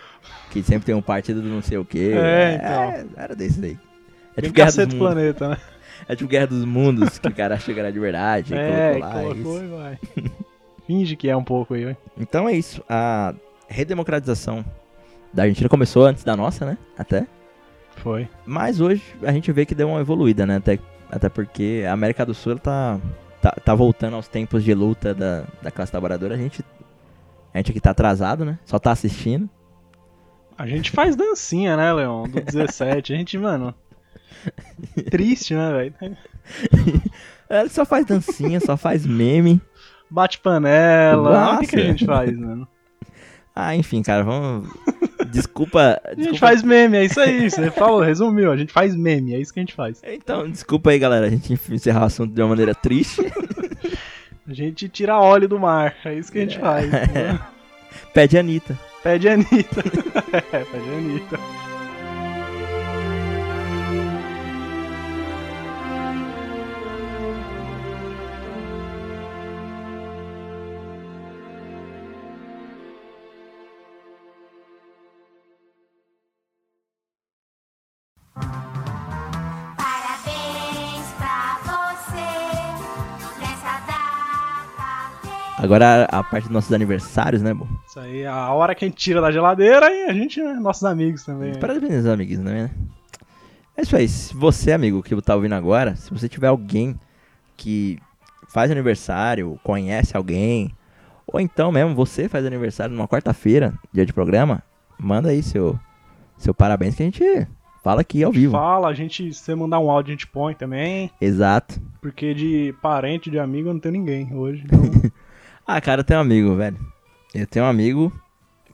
que sempre tem um partido do não sei o quê. É, então. era desse daí. É Bem tipo, Guerra dos cacete do Mundos, planeta, né? é tipo Guerra dos Mundos, que o cara acha que era de verdade, É, colocou lá. é isso. colocou e vai. Finge que é um pouco aí, vai. Então é isso. A redemocratização da Argentina começou antes da nossa, né? Até. Foi. Mas hoje a gente vê que deu uma evoluída, né? Até, até porque a América do Sul ela tá, tá, tá voltando aos tempos de luta da, da classe trabalhadora. A gente, a gente aqui tá atrasado, né? Só tá assistindo. A gente faz dancinha, né, Leon? Do 17. A gente, mano. Triste, né, velho? Ela É, só faz dancinha, só faz meme. Bate panela. O que, que a Nossa. gente faz, mano? Ah, enfim, cara, vamos. Desculpa. A gente desculpa- faz meme, é isso aí. Você falou, resumiu. A gente faz meme, é isso que a gente faz. Então, desculpa aí, galera. A gente encerrar o assunto de uma maneira triste. A gente tira óleo do mar, é isso que a gente faz. Pede a Anitta. Pede a Anitta. é, pede a Anitta. Agora a parte dos nossos aniversários, né, bom? Isso aí é a hora que a gente tira da geladeira e a gente, né, nossos amigos também. Parabéns aos amiguinhos também, né? É isso aí. Se você, amigo, que tá ouvindo agora, se você tiver alguém que faz aniversário, conhece alguém, ou então mesmo você faz aniversário numa quarta-feira, dia de programa, manda aí seu, seu parabéns que a gente fala aqui ao vivo. Fala, a gente, se você mandar um áudio, a gente põe também. Exato. Porque de parente, de amigo, eu não tenho ninguém hoje. então- Ah, cara, eu tenho um amigo, velho. Eu tenho um amigo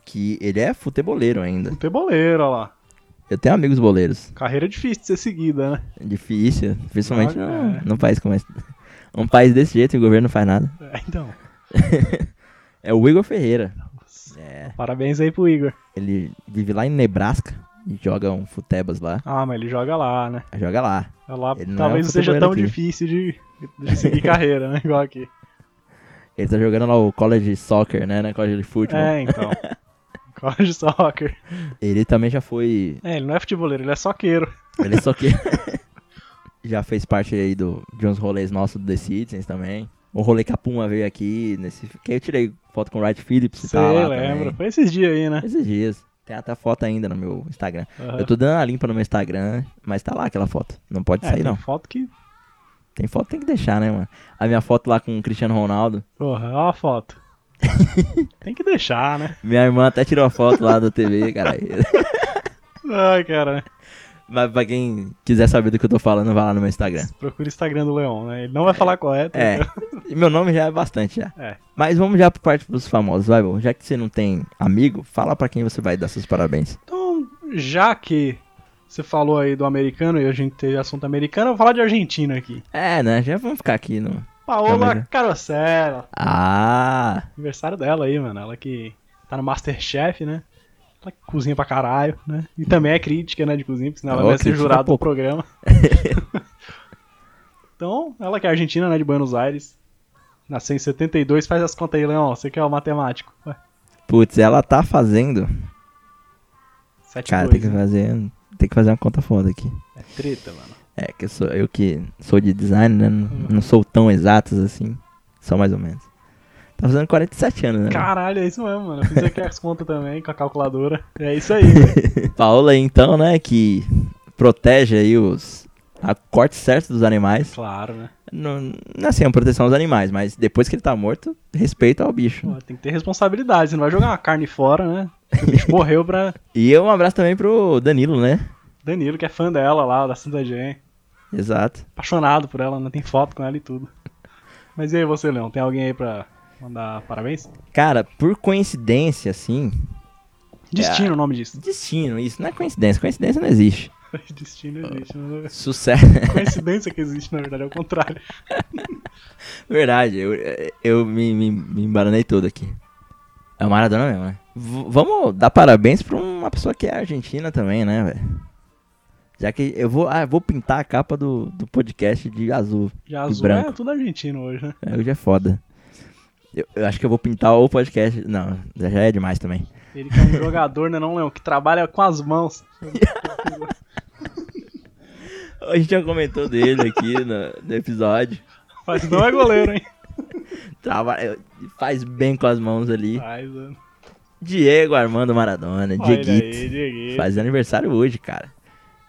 que ele é futeboleiro ainda. futeboleiro, olha lá. Eu tenho amigos boleiros. É Carreira difícil de ser seguida, né? Difícil, principalmente Ah, num, é. num país como esse. Um país desse jeito e o governo não faz nada. É, então. É o Igor Ferreira. É. Parabéns aí pro Igor. Ele vive lá em Nebraska e joga um futebas lá. Ah, mas ele joga lá, né? Joga lá. É Lá, Ele não é um talvez não seja tão futeboleiro aqui. difícil de, de seguir carreira, né? Igual aqui. Ele tá jogando lá o college soccer, né? Na college futebol. É, então. College soccer. Ele também já foi É, ele não é futeboleiro, ele é soqueiro. Ele só que. Já fez parte aí do, de uns rolês nossos do The Citizens também. O rolê Capuma veio aqui nesse. Que eu tirei foto com o Wright Phillips e Você tal. lá lembra? também. Foi esses dias aí, né? Esses dias. Tem até foto ainda no meu Instagram. Aham. Eu tô dando a limpa no meu Instagram, mas tá lá aquela foto. Não pode É, sair, tem não. foto que. Tem foto, tem que deixar, né, mano? A minha foto lá com o Cristiano Ronaldo. Porra, ó a foto. tem que deixar, né? Minha irmã até tirou a foto lá da TV, cara. Ai, cara. mas pra quem quiser saber do que eu tô falando, vai lá no meu Instagram. Procura o Instagram do Leon, né? Ele não vai falar correto. É. E Meu nome já é bastante, já. É. Mas vamos já pra parte dos famosos, vai, bom. Já que você não tem amigo, fala pra quem você vai dar seus parabéns. Então, já que você falou aí do americano e a gente teve assunto americano, eu vou falar de argentino aqui. É, né? Já vamos ficar aqui no. Calma aí, Paola né? Carosella. Ah! Aniversário dela aí, mano. Ela que tá no Masterchef, né? Ela que cozinha pra caralho, né? E também é crítica, né, de cozinha, porque senão ela Ó, vai ser crítica jurada do pouco. programa. então, ela que é argentina, né, de Buenos Aires. Nasceu em 72, faz as contas aí, Leão. Você que é o matemático. Vai. Putz, ela tá fazendo. Sete Cara, tem dois, que né? fazer. um, Tem que fazer uma conta foda aqui. É treta, mano. É, que eu sou eu que sou de design, né? Não, não sou tão exatos assim. Só mais ou menos. Tá fazendo 47 anos, né? Caralho, é isso mesmo, mano. Eu fiz aqui as contas também com a calculadora. É isso aí, velho. Paola, então, né, que protege aí os. A corte certa dos animais. Claro, né? Não, não é assim, é uma proteção aos animais, mas depois que ele tá morto, respeito ao bicho. Pô, tem que ter responsabilidade. Você não vai jogar uma carne fora, né? O bicho morreu pra E um abraço também pro Danilo, né? Danilo, que é fã dela lá, da Santa Jane. Exato. Apaixonado por ela, né? Tem foto com ela e tudo. Mas e aí você, Leão? Tem alguém aí pra mandar parabéns? Cara, por coincidência, assim. Destino, o nome disso. Destino, isso não é coincidência. Coincidência não existe. Destino existe. Né? Sucesso. Coincidência que existe, na verdade, é o contrário. Verdade, eu, eu me, me, me embaranei todo aqui. É o Maradona mesmo, né? V- vamos dar parabéns pra uma pessoa que é argentina também, né, velho? Já que eu vou, ah, eu vou pintar a capa do, do podcast de azul. Já E azul branco. é tudo argentino hoje, né? É, Hoje é foda. Eu, eu acho que eu vou pintar o podcast. Não, já já é demais também. Ele que é um jogador, né, não, Leão? Que trabalha com as mãos. A gente já comentou dele aqui no, no episódio. Mas não é goleiro, hein? Trabalha, faz bem com as mãos ali. Faz, mano. Diego Armando Maradona, Ah. Olha aí, Dieguito. Dieguito. Faz aniversário hoje, cara.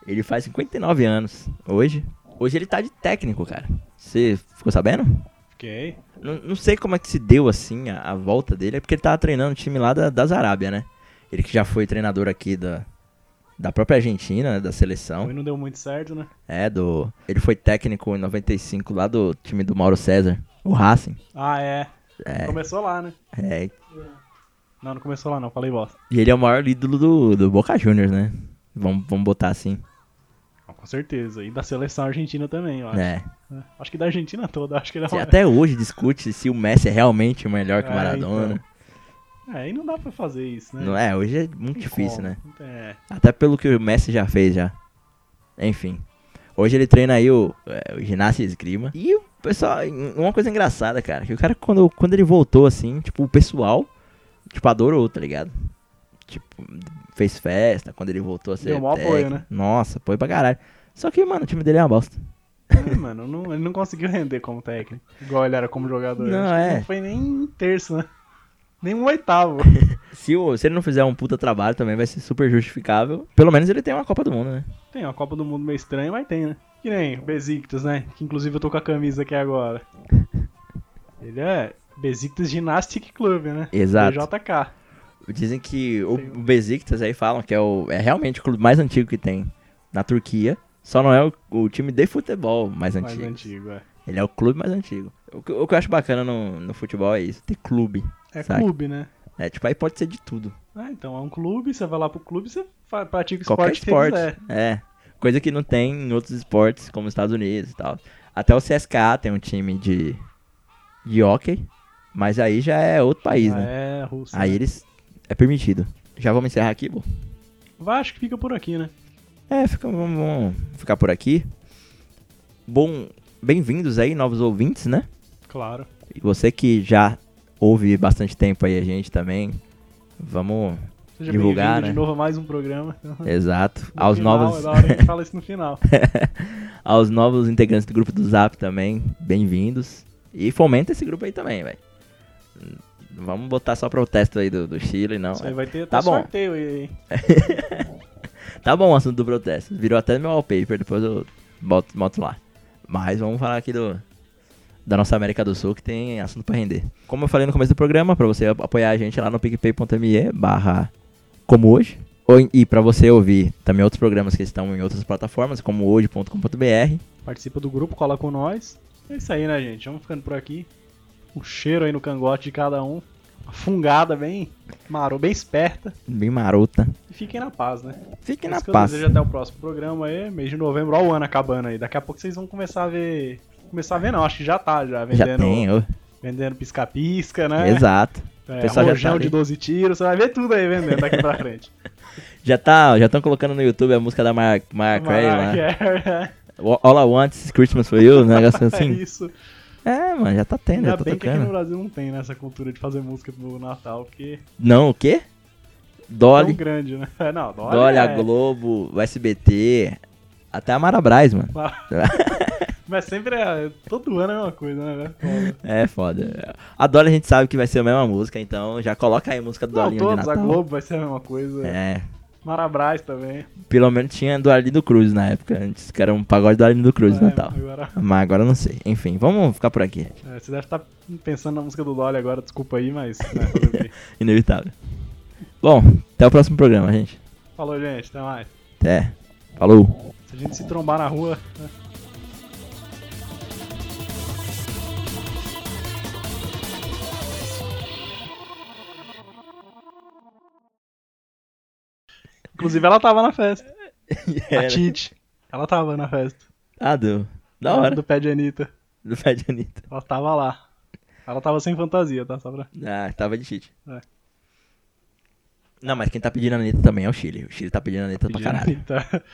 Ele faz 59 anos. Hoje. Hoje ele tá de técnico, cara. Você ficou sabendo? Ok. Não, não sei como é que se deu assim a, a volta dele. É porque ele tava treinando o time lá da, das Arábia, né? Ele que já foi treinador aqui da, da própria Argentina, né? da seleção. Também não deu muito certo, né? É, do. Ele foi técnico em 95 lá do time do Mauro César, o Racing. Ah, é. É. Começou lá, né? É, Não, não começou lá, não. Falei bosta. e ele é o maior ídolo do, do Boca Juniors, né? Vamos, vamos botar assim. Ah, Com certeza. E da seleção argentina também, eu acho. É. É. Acho que da Argentina toda. Acho que ele é Se uma- até hoje discute se o Messi é realmente melhor que o É, Maradona. É, aí não dá pra fazer isso, né? Não é, hoje é muito Tem difícil, como. né? É. Até pelo que o Messi já fez já. Enfim. Hoje ele treina aí o, é, o ginásio e esgrima. E o pessoal, em- uma coisa engraçada, cara, que o cara quando, quando ele voltou assim, tipo, o pessoal, tipo, adorou, tá ligado? Tipo, fez festa quando ele voltou a ser Deu maior apoio, técnico. né? Nossa, apoio pra caralho. Só que, mano, o time dele é uma bosta. É, mano, não- ele não conseguiu render como técnico. Igual ele era como jogador. Não, Acho que é. não foi nem um terço, né? Nem um oitavo. Se, o- se ele não fizer um puta trabalho também vai ser super justificável. Pelo menos ele tem uma Copa do Mundo, né? Tem uma Copa do Mundo meio estranha, mas tem, né? Que nem o Besiktas, né? Que inclusive eu tô com a camisa aqui agora. Ele é Besiktas Gymnastic Club, né? Exato. BJK. Dizem que Tem o, o Besiktas aí falam que é, o, é realmente o clube mais antigo que tem na Turquia. Só não é o, o time de futebol mais Mais antigo. antigo, é. Ele é o clube mais antigo. O, que- o que eu acho bacana no, no futebol é isso, ter clube. É Saca. clube, né? É, tipo, aí pode ser de tudo. Ah, então é um clube, você vai lá pro clube, você fa- pratica o Qualquer esporte que esporte. né? você quiser. É. Coisa que não tem em outros esportes, como os Estados Unidos e tal. Até o CSKA tem um time de, de hockey, mas aí já é outro país, Ah, né? É, russo. Aí né? eles. É permitido. Já vamos encerrar aqui, bom? Vai, acho que fica por aqui, né? É, fica, vamos, vamos ficar por aqui. Bom, bem-vindos aí, novos ouvintes, né? Claro. E você que já ouve bastante tempo aí a gente também. Vamos. Seja Divulgar, bem-vindo de né? novo a mais um programa. No Exato. aos final, É novos. Então, da hora que a gente fala isso no final. aos novos integrantes do grupo do Zap também, bem-vindos. E fomenta esse grupo aí também, velho. Não Vamos botar só protesto aí do, do Chile, não. Isso aí vai ter até Tá bom. sorteio aí, hein? Tá bom o assunto do protesto. Virou até meu wallpaper, depois eu boto, boto lá. Mas vamos falar aqui do da nossa América do Sul, que tem assunto pra render. Como eu falei no começo do programa, pra você apoiar a gente lá no picpay.me barra como hoje. Ou, em- e pra você ouvir também outros programas que estão em outras plataformas, como hoje.com.br. Participa do grupo, cola com nós. É isso aí, né, gente? Vamos ficando por aqui. Um cheiro aí no cangote de cada um. Uma fungada bem marou, bem esperta. Bem marota. E fiquem na paz, né? Fique É na isso que paz. Eu desejo até o próximo programa aí, mês de novembro, ó o ano acabando aí. Daqui a pouco vocês vão começar a ver. Começar a ver, não, acho que já tá, já Já vendendo. tem, ô. Vendendo pisca-pisca, né? Exato. É, O pessoal já rojão tá de ali. 12 tiros, você vai ver tudo aí vendendo daqui pra frente. Já tá, já estão colocando no YouTube a música da Mar Mariah Carey Mariah Tá lá. Carey, All I Want is Christmas for You, um negócio é assim. isso. É, mano, já tá tendo, já Ainda tá bem que aqui no tocando. Brasil não tem né, essa cultura de fazer música pro Natal, porque Não, o quê? é tão Dolly, grande, né? É, Não, Dolly, Dolly, a é... Globo, o SBT, até a Mara Braz, mano. Mas sempre é. Todo ano é a mesma coisa, né, velho? Foda. É foda. A Dolly a gente sabe que vai ser a mesma música, então já coloca aí a música do Não, Dolinho de todos, a Natal. Globo vai ser a mesma coisa. É, Marabras também. pelo menos tinha do Arlindo Cruz na época, antes, que era um pagode do Arlindo Cruz de É, Natal. Agora, Mas agora eu não sei. Enfim, vamos ficar por aqui. é, você deve estar pensando na música do Dolly agora, desculpa aí, mas. né, fazer o quê? Inevitável. Bom, até o próximo programa, gente. Falou, gente, até mais. Até. Falou. Se a gente se trombar na rua. né? Inclusive, ela tava na festa. A Tite. Ela tava na festa. Ah, do. Da hora. Do pé de Anitta. Do pé de Anitta. Ela tava lá. Ela tava sem fantasia, tá? Só pra... Ah, tava de cheat. É. Não, mas quem tá pedindo a Anitta também é o Chile. O Chile tá pedindo a Anitta pra pedir caralho. Anitta.